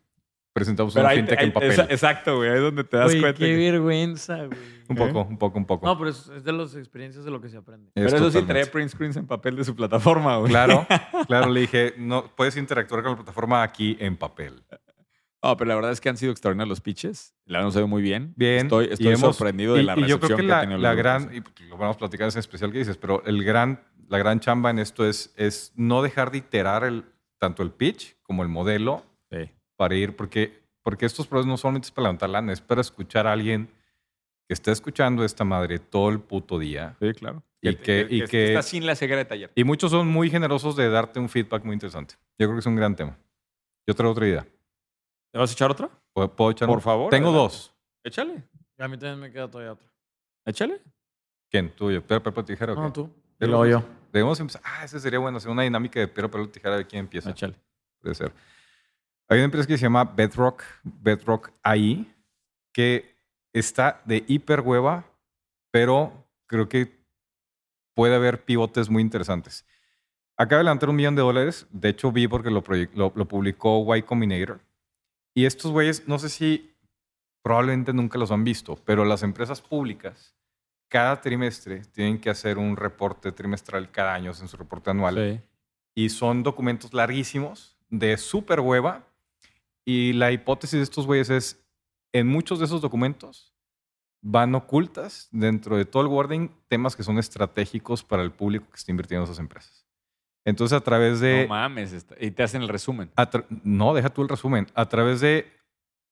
[SPEAKER 2] Presentamos
[SPEAKER 1] pero
[SPEAKER 2] una
[SPEAKER 1] ahí-
[SPEAKER 2] fintech
[SPEAKER 1] ahí-
[SPEAKER 2] en papel.
[SPEAKER 1] esa- exacto, güey, ahí es donde te das
[SPEAKER 3] Güey,
[SPEAKER 1] cuenta.
[SPEAKER 3] qué
[SPEAKER 1] que-
[SPEAKER 3] vergüenza, güey.
[SPEAKER 2] Un
[SPEAKER 1] eh.
[SPEAKER 2] poco, un poco, un poco.
[SPEAKER 3] No, pero es, es de las experiencias de lo que se aprende.
[SPEAKER 2] Es
[SPEAKER 1] Pero eso sí
[SPEAKER 2] totalmente.
[SPEAKER 1] traía print screens en papel de su plataforma, güey.
[SPEAKER 2] Claro, claro, le dije, no puedes interactuar con la plataforma aquí en papel.
[SPEAKER 1] No, pero la verdad es que han sido extraordinarios los pitches. La verdad nos ve muy bien.
[SPEAKER 2] Bien.
[SPEAKER 1] Estoy, estoy
[SPEAKER 2] y hemos-
[SPEAKER 1] sorprendido de
[SPEAKER 2] y-
[SPEAKER 1] la
[SPEAKER 2] y
[SPEAKER 1] recepción
[SPEAKER 2] yo creo que,
[SPEAKER 1] que,
[SPEAKER 2] la,
[SPEAKER 1] ha tenido
[SPEAKER 2] la
[SPEAKER 1] grupo.
[SPEAKER 2] gran, y pues, lo vamos a platicar en especial que dices, pero el gran, la gran chamba en esto es, es no dejar de iterar el, tanto el pitch como el modelo
[SPEAKER 1] Sí.
[SPEAKER 2] para ir, porque, porque estos problemas no solamente es para levantar lana, es para escuchar a alguien que está escuchando esta madre todo el puto día.
[SPEAKER 1] Sí, claro.
[SPEAKER 2] Y que- y que-
[SPEAKER 1] está sin la ceguera de taller.
[SPEAKER 2] Y muchos son muy generosos de darte un feedback muy interesante. Yo creo que es un gran tema. Yo traigo otra idea.
[SPEAKER 1] ¿Te vas a echar otra?
[SPEAKER 2] ¿Puedo, puedo echar
[SPEAKER 1] Por
[SPEAKER 2] un-
[SPEAKER 1] favor.
[SPEAKER 2] Tengo
[SPEAKER 1] adelante.
[SPEAKER 2] dos.
[SPEAKER 1] Échale.
[SPEAKER 3] A mí también me queda todavía otra.
[SPEAKER 1] Échale.
[SPEAKER 2] ¿Quién? ¿Tú, yo? ¿Piedra, papel, tijera o qué?
[SPEAKER 3] No, tú.
[SPEAKER 2] Yo
[SPEAKER 3] Y luego
[SPEAKER 2] lo-
[SPEAKER 3] yo.
[SPEAKER 2] Debemos empezar. Ah, ese sería bueno. Hacer una dinámica de piedra, papel, tijera. A ver quién empieza.
[SPEAKER 1] Échale.
[SPEAKER 2] Puede ser. Hay una empresa que se llama Bedrock, Bedrock AI, que está de hiper hueva, pero creo que puede haber pivotes muy interesantes. Acaba de levantar un millón de dólares. De hecho, vi porque lo, proye- lo, lo publicó Y Combinator. Y estos güeyes, no sé si probablemente nunca los han visto, pero las empresas públicas cada trimestre tienen que hacer un reporte trimestral cada año, es en su reporte anual
[SPEAKER 1] Sí.
[SPEAKER 2] y son documentos larguísimos de súper hueva. Y la hipótesis de estos güeyes es, en muchos de esos documentos van ocultas dentro de todo el wording temas que son estratégicos para el público que está invirtiendo en esas empresas. Entonces, a través de...
[SPEAKER 1] no mames. está- Y te hacen el resumen.
[SPEAKER 2] a tra- no, deja tú el resumen. A través de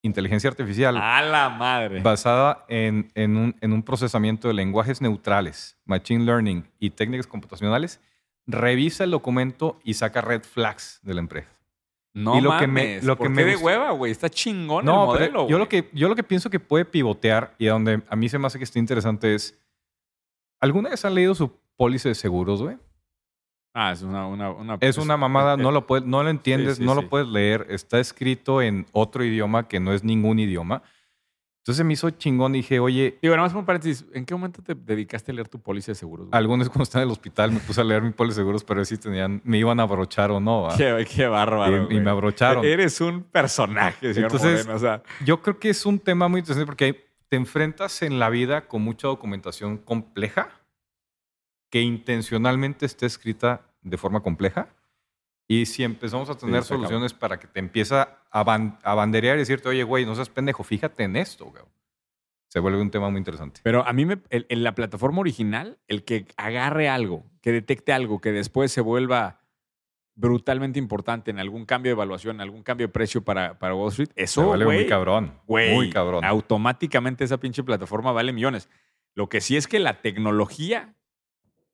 [SPEAKER 2] inteligencia artificial
[SPEAKER 1] A la madre.
[SPEAKER 2] basada en, en un, en un procesamiento de lenguajes neutrales, machine learning y técnicas computacionales, revisa el documento y saca red flags de la empresa.
[SPEAKER 1] No
[SPEAKER 2] y lo
[SPEAKER 1] mames.
[SPEAKER 2] que me- lo
[SPEAKER 1] ¿Por
[SPEAKER 2] que
[SPEAKER 1] qué
[SPEAKER 2] me
[SPEAKER 1] de
[SPEAKER 2] gusta-
[SPEAKER 1] hueva, güey? Está chingón el
[SPEAKER 2] No, pero
[SPEAKER 1] modelo.
[SPEAKER 2] yo
[SPEAKER 1] güey.
[SPEAKER 2] lo, que, yo lo que pienso que puede pivotear y a donde a mí se me hace que esté interesante es, ¿alguna vez han leído su póliza de seguros, güey?
[SPEAKER 1] Ah, es una... una, una
[SPEAKER 2] Es una mamada, no lo, puedes, no lo entiendes,
[SPEAKER 1] sí,
[SPEAKER 2] no
[SPEAKER 1] sí.
[SPEAKER 2] lo puedes leer, está escrito en otro idioma que no es ningún idioma. Entonces me hizo chingón, dije, oye,
[SPEAKER 1] Digo, nada más un paréntesis. ¿En qué momento te dedicaste a leer tu póliza de seguros? güey?
[SPEAKER 2] Algunos cuando estaba en el hospital me puse a leer mi póliza de seguros para ver si tenían, me iban a abrochar o no. ¿va?
[SPEAKER 1] Qué, qué
[SPEAKER 2] Y-
[SPEAKER 1] bárbaro,
[SPEAKER 2] y,
[SPEAKER 1] güey.
[SPEAKER 2] me abrocharon.
[SPEAKER 1] Eres un personaje, señor
[SPEAKER 2] Entonces-
[SPEAKER 1] Moreno. O sea,
[SPEAKER 2] Yo creo que es un tema muy interesante porque hay- te enfrentas en la vida con mucha documentación compleja que intencionalmente esté escrita de forma compleja. Y si empezamos a tener
[SPEAKER 1] se acabó.
[SPEAKER 2] soluciones para que te empieza a, ban- a banderear y decirte, oye, güey, no seas pendejo, fíjate en esto, güey. Se vuelve un tema muy interesante.
[SPEAKER 1] pero a mí, me, el- en la plataforma original, el que agarre algo, que detecte algo, que después se vuelva brutalmente importante en algún cambio de evaluación, en algún cambio de precio para, para Wall Street,
[SPEAKER 2] Se
[SPEAKER 1] eso,
[SPEAKER 2] vuelve
[SPEAKER 1] güey,
[SPEAKER 2] muy cabrón.
[SPEAKER 1] güey,
[SPEAKER 2] muy cabrón.
[SPEAKER 1] automáticamente esa pinche plataforma vale millones. Lo que sí es que la tecnología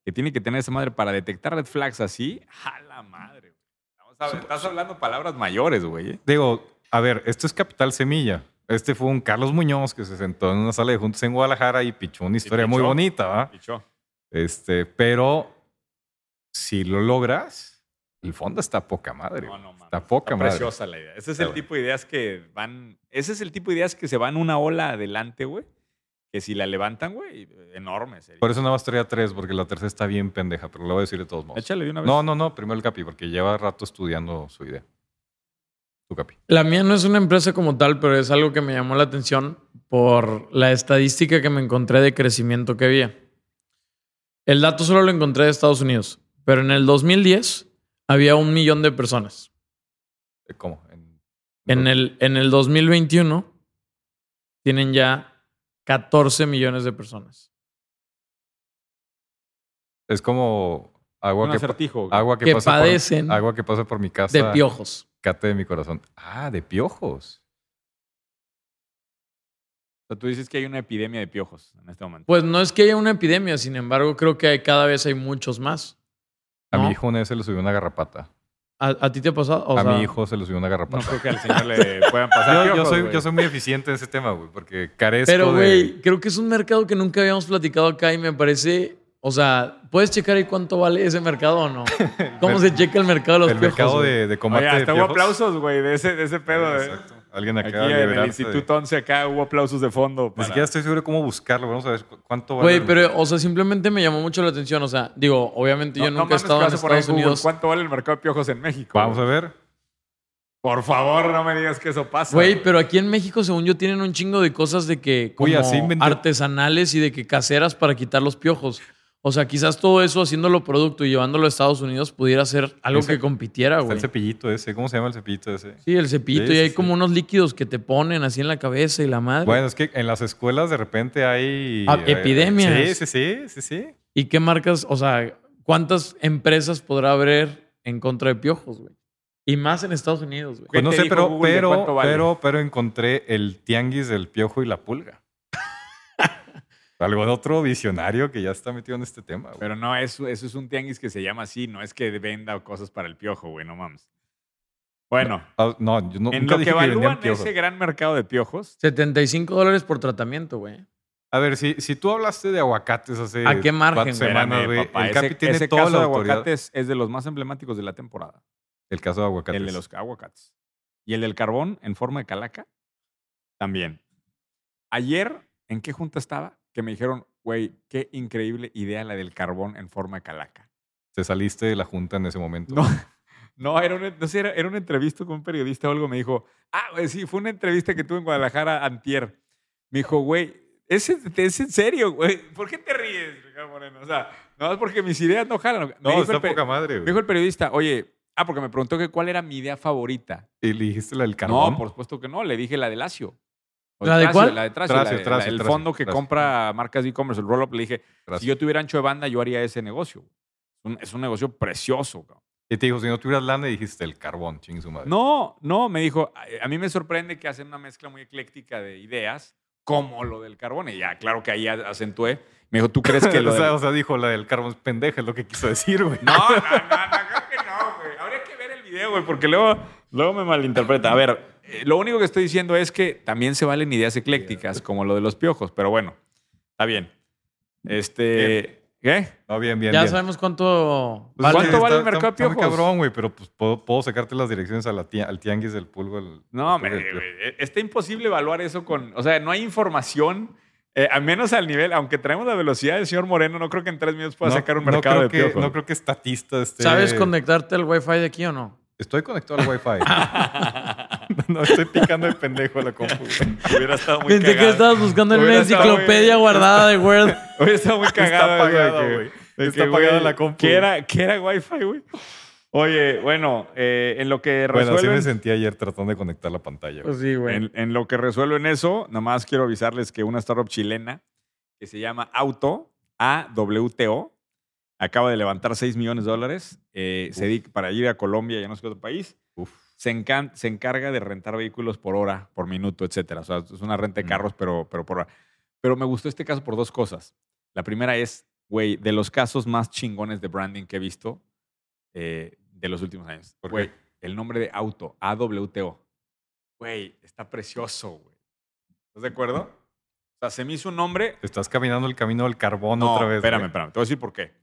[SPEAKER 1] que tiene que tener esa madre para detectar red flags así, a la madre. güey. Vamos a ver, estás hablando palabras mayores, güey. ¿eh?
[SPEAKER 2] Digo, a ver, esto es Capital Semilla. Este fue un Carlos Muñoz que se sentó en una sala de juntos en Guadalajara y pichó una historia muy
[SPEAKER 1] pichó.
[SPEAKER 2] bonita, ¿va?
[SPEAKER 1] Dicho.
[SPEAKER 2] Este, pero si lo logras, el fondo está poca madre.
[SPEAKER 1] No,
[SPEAKER 2] güey.
[SPEAKER 1] no, mames.
[SPEAKER 2] está poca
[SPEAKER 1] Está
[SPEAKER 2] madre.
[SPEAKER 1] preciosa la idea. Ese es
[SPEAKER 2] Está
[SPEAKER 1] el
[SPEAKER 2] bueno.
[SPEAKER 1] tipo de ideas que van. Ese es el tipo de ideas que se van una ola adelante, güey. Que si la levantan, güey, enorme. sería.
[SPEAKER 2] Por eso nada más traía tres, porque la tercera está bien pendeja, pero lo voy a decir de todos modos.
[SPEAKER 1] Échale de una vez.
[SPEAKER 2] No, no, no, primero el Capi, porque lleva rato estudiando su idea. Tu Capi.
[SPEAKER 3] La mía no es una empresa como tal, pero es algo que me llamó la atención por la estadística que me encontré de crecimiento que había. El dato solo lo encontré de Estados Unidos, pero en el 2010 había un millón de personas.
[SPEAKER 2] Eh, ¿Cómo? En-
[SPEAKER 3] En el, en el 2021 tienen ya 14 millones de personas.
[SPEAKER 2] Es como agua
[SPEAKER 1] un
[SPEAKER 2] que, pa-
[SPEAKER 1] acertijo. güey.
[SPEAKER 2] agua que,
[SPEAKER 3] Que
[SPEAKER 2] pasa por-
[SPEAKER 3] padecen
[SPEAKER 2] agua que pasa por mi casa.
[SPEAKER 3] De piojos.
[SPEAKER 2] Cate de mi corazón. Ah, de piojos.
[SPEAKER 1] O sea, tú dices que hay una epidemia de piojos en este momento.
[SPEAKER 3] Pues no es que haya una epidemia, sin embargo, creo que hay- cada vez hay muchos más.
[SPEAKER 2] A
[SPEAKER 3] ¿No?
[SPEAKER 2] mi hijo una vez se le subió una garrapata.
[SPEAKER 3] ¿A, a ti te ha pasado? O
[SPEAKER 2] a
[SPEAKER 3] sea,
[SPEAKER 2] mi hijo se le subió una
[SPEAKER 1] No
[SPEAKER 2] garrapata.
[SPEAKER 1] creo que al señor le puedan pasar.
[SPEAKER 2] pues, yo, yo
[SPEAKER 1] piojos,
[SPEAKER 2] soy,
[SPEAKER 1] güey.
[SPEAKER 2] yo soy muy eficiente en ese tema, güey, porque carezco de...
[SPEAKER 3] Pero, güey, creo que es un mercado que nunca habíamos platicado acá y me parece. O sea, ¿puedes checar ahí cuánto vale ese mercado o no? ¿Cómo se checa el mercado de los
[SPEAKER 2] el
[SPEAKER 3] piojos,
[SPEAKER 2] mercado
[SPEAKER 3] güey?
[SPEAKER 2] de, de combate
[SPEAKER 1] Oye, hasta
[SPEAKER 2] de
[SPEAKER 1] hubo
[SPEAKER 2] piojos.
[SPEAKER 1] aplausos, güey, de ese, de ese pedo. de-
[SPEAKER 2] Exacto. Alguien acá
[SPEAKER 1] Aquí
[SPEAKER 2] de
[SPEAKER 1] en el
[SPEAKER 2] liberarse de-
[SPEAKER 1] Instituto 11, acá hubo aplausos de fondo.
[SPEAKER 2] Ni
[SPEAKER 1] para-
[SPEAKER 2] siquiera estoy seguro cómo buscarlo. Vamos a ver cu- cuánto vale.
[SPEAKER 3] Güey, pero, o sea, simplemente me llamó mucho la atención. O sea, digo, obviamente yo
[SPEAKER 1] No- no
[SPEAKER 3] nunca he
[SPEAKER 1] mames, que
[SPEAKER 3] estado en
[SPEAKER 1] vas a poner en
[SPEAKER 3] Estados
[SPEAKER 1] Google,
[SPEAKER 3] Unidos.
[SPEAKER 1] ¿Cuánto vale el mercado de piojos en México?
[SPEAKER 2] Vamos
[SPEAKER 1] güey?
[SPEAKER 2] a
[SPEAKER 3] Ah,
[SPEAKER 2] ver.
[SPEAKER 1] Por favor, no me digas que eso pasa.
[SPEAKER 3] Güey, pero aquí en México, según yo, tienen un chingo de cosas de que como
[SPEAKER 2] Güey, así inventó-
[SPEAKER 3] artesanales y de que caseras para quitar los piojos. O sea, quizás todo eso haciéndolo producto y llevándolo a Estados Unidos pudiera ser algo
[SPEAKER 2] Ese-
[SPEAKER 3] que compitiera,
[SPEAKER 2] Está
[SPEAKER 3] güey.
[SPEAKER 2] el cepillito ese. ¿Cómo se llama el cepillito ese?
[SPEAKER 3] Sí, el cepillito
[SPEAKER 2] Sí,
[SPEAKER 3] y
[SPEAKER 2] sí,
[SPEAKER 3] hay
[SPEAKER 2] sí.
[SPEAKER 3] como unos líquidos que te ponen así en la cabeza y la madre.
[SPEAKER 2] Bueno, es que en las escuelas de repente hay... eh,
[SPEAKER 3] Ah, epidemias.
[SPEAKER 2] Sí, sí, sí, sí, sí.
[SPEAKER 3] ¿Y qué marcas, o sea, cuántas empresas podrá haber en contra de piojos, güey? Y más en Estados Unidos, güey.
[SPEAKER 1] ¿Qué
[SPEAKER 2] Pues no
[SPEAKER 1] te
[SPEAKER 2] sé,
[SPEAKER 1] dijo
[SPEAKER 2] pero,
[SPEAKER 1] Google de
[SPEAKER 2] pero,
[SPEAKER 1] cuánto vale?
[SPEAKER 2] pero, pero encontré el tianguis del piojo y la pulga. Algo de otro visionario que ya está metido en este tema. güey.
[SPEAKER 1] Pero no, eso, eso es un tianguis que se llama así, no es que venda cosas para el piojo, güey, no mames. Bueno,
[SPEAKER 2] Ah, no, yo no,
[SPEAKER 1] en
[SPEAKER 2] nunca
[SPEAKER 1] lo que
[SPEAKER 2] dije que
[SPEAKER 1] evalúan
[SPEAKER 2] vendían piojos.
[SPEAKER 1] ese gran mercado de piojos,
[SPEAKER 3] 75 dólares por tratamiento, güey.
[SPEAKER 2] A ver, si, si tú hablaste de aguacates hace
[SPEAKER 3] ¿A qué margen,
[SPEAKER 2] cuatro
[SPEAKER 3] güey?
[SPEAKER 2] semanas,
[SPEAKER 1] espérame,
[SPEAKER 2] güey,
[SPEAKER 1] papá,
[SPEAKER 2] el
[SPEAKER 1] ese,
[SPEAKER 2] Capi tiene
[SPEAKER 1] ese
[SPEAKER 2] toda
[SPEAKER 1] caso
[SPEAKER 2] la
[SPEAKER 1] de
[SPEAKER 2] autoridad.
[SPEAKER 1] aguacates es de los más emblemáticos de la temporada,
[SPEAKER 2] El caso de aguacates.
[SPEAKER 1] el de los aguacates. Y el del carbón en forma de calaca, también. Ayer, ¿en qué junta estaba? Que me dijeron, güey, qué increíble idea la del carbón en forma de calaca.
[SPEAKER 2] te saliste de la junta en ese momento.
[SPEAKER 1] No, no, era una, no sé, era, era una entrevista con un periodista o algo. Me dijo, ah, güey, sí, fue una entrevista que tuve en Guadalajara antier. Me dijo, güey, ¿es, en- es en serio, güey? ¿Por qué te ríes, Ricardo Moreno? O sea, no es porque mis ideas no jalan. Me
[SPEAKER 2] No,
[SPEAKER 1] dijo el
[SPEAKER 2] está
[SPEAKER 1] pe-
[SPEAKER 2] poca madre,
[SPEAKER 1] Me
[SPEAKER 2] güey.
[SPEAKER 1] dijo el periodista, oye, ah, porque me preguntó que cuál era mi idea favorita.
[SPEAKER 2] ¿Y le dijiste la del carbón?
[SPEAKER 1] No, por supuesto que no. Le dije la de Lacio. O
[SPEAKER 3] ¿La de
[SPEAKER 1] Tracio,
[SPEAKER 3] cuál?
[SPEAKER 1] La de Tracio.
[SPEAKER 2] Tracio,
[SPEAKER 1] la de-
[SPEAKER 2] Tracio,
[SPEAKER 1] la- el
[SPEAKER 2] Tracio,
[SPEAKER 1] fondo que
[SPEAKER 2] Tracio.
[SPEAKER 1] compra marcas de e-commerce, el roll-up. Le dije,
[SPEAKER 2] Gracias.
[SPEAKER 1] si yo tuviera ancho de banda, yo haría ese negocio. Es un, es un negocio precioso. cabrón.
[SPEAKER 2] Y te dijo, si no tuvieras lana, y dijiste el carbón, ching su madre.
[SPEAKER 1] No, no, me dijo, a- a mí me sorprende que hacen una mezcla muy ecléctica de ideas, como lo del carbón. Y ya, claro que ahí a- acentué. Me dijo, ¿tú crees que lo
[SPEAKER 2] o,
[SPEAKER 1] del...
[SPEAKER 2] sea, o sea, dijo la del carbón es pendeja, es lo que quiso decir, güey.
[SPEAKER 1] No, no, no, no, creo que no, güey. Habría que ver el video, güey, porque luego, luego me malinterpreta. A ver, eh, lo único que estoy diciendo es que también se valen ideas eclécticas, como lo de los piojos, pero bueno, está bien. Este. ¿Qué?
[SPEAKER 2] No, bien, bien,
[SPEAKER 3] ya
[SPEAKER 2] bien.
[SPEAKER 3] sabemos cuánto.
[SPEAKER 2] Pues,
[SPEAKER 1] ¿Cuánto
[SPEAKER 2] está-
[SPEAKER 1] vale el
[SPEAKER 2] está-
[SPEAKER 1] mercado de
[SPEAKER 2] está muy
[SPEAKER 1] piojos?
[SPEAKER 2] cabrón, güey, pero pues puedo, puedo sacarte las direcciones a la ti- al tianguis del pulgo. al-
[SPEAKER 1] No,
[SPEAKER 2] al
[SPEAKER 1] me,
[SPEAKER 2] pulgo del piojo.
[SPEAKER 1] güey, está imposible evaluar eso con. O sea, no hay información. eh, a menos al nivel, aunque traemos la velocidad del señor Moreno, no creo que en tres minutos pueda
[SPEAKER 2] No-
[SPEAKER 1] sacar un
[SPEAKER 2] no
[SPEAKER 1] mercado de
[SPEAKER 2] creo que-
[SPEAKER 1] piojos.
[SPEAKER 2] No creo que estatista esté...
[SPEAKER 3] ¿Sabes conectarte al Wi-Fi de aquí o no?
[SPEAKER 2] Estoy conectado al Wi-Fi. no, estoy picando de pendejo la compu. güey.
[SPEAKER 1] Hubiera estado muy
[SPEAKER 3] Pensé que
[SPEAKER 1] cagado.
[SPEAKER 3] estabas buscando en una
[SPEAKER 1] Hubiera estado muy-
[SPEAKER 3] enciclopedia guardada de Word.
[SPEAKER 1] Oye, está muy cagada, güey.
[SPEAKER 2] apagada,
[SPEAKER 1] que-
[SPEAKER 2] güey.
[SPEAKER 1] de
[SPEAKER 2] Está apagada
[SPEAKER 1] güey,
[SPEAKER 2] la compu,
[SPEAKER 1] ¿Qué
[SPEAKER 2] güey.
[SPEAKER 1] era, qué era Wi-Fi, güey? Oye, bueno, eh, en lo que
[SPEAKER 2] Bueno, así me
[SPEAKER 1] resuelven...
[SPEAKER 2] sentí ayer tratando de conectar la pantalla. güey.
[SPEAKER 3] Pues sí, güey.
[SPEAKER 1] en, en lo que resuelven eso, nomás quiero avisarles que una startup chilena que se llama Auto, AWTO, acaba de levantar 6 millones de dólares eh, se dedica- para ir a Colombia y a no sé qué otro país.
[SPEAKER 2] Uf.
[SPEAKER 1] Se, encan- se encarga de rentar vehículos por hora, por minuto, etcétera. O sea, es una renta de
[SPEAKER 2] Mm.
[SPEAKER 1] carros, pero, pero por hora. Pero me gustó este caso por dos cosas. La primera es, güey, de los casos más chingones de branding que he visto eh, de los últimos años.
[SPEAKER 2] ¿Por qué?
[SPEAKER 1] Güey, el nombre de auto, AWTO. Güey, está precioso, güey. ¿Estás de acuerdo? O sea, se me hizo un nombre
[SPEAKER 2] Estás caminando el camino del carbón
[SPEAKER 1] no,
[SPEAKER 2] otra vez.
[SPEAKER 1] Espérame,
[SPEAKER 2] güey.
[SPEAKER 1] espérame. Te voy a decir por qué.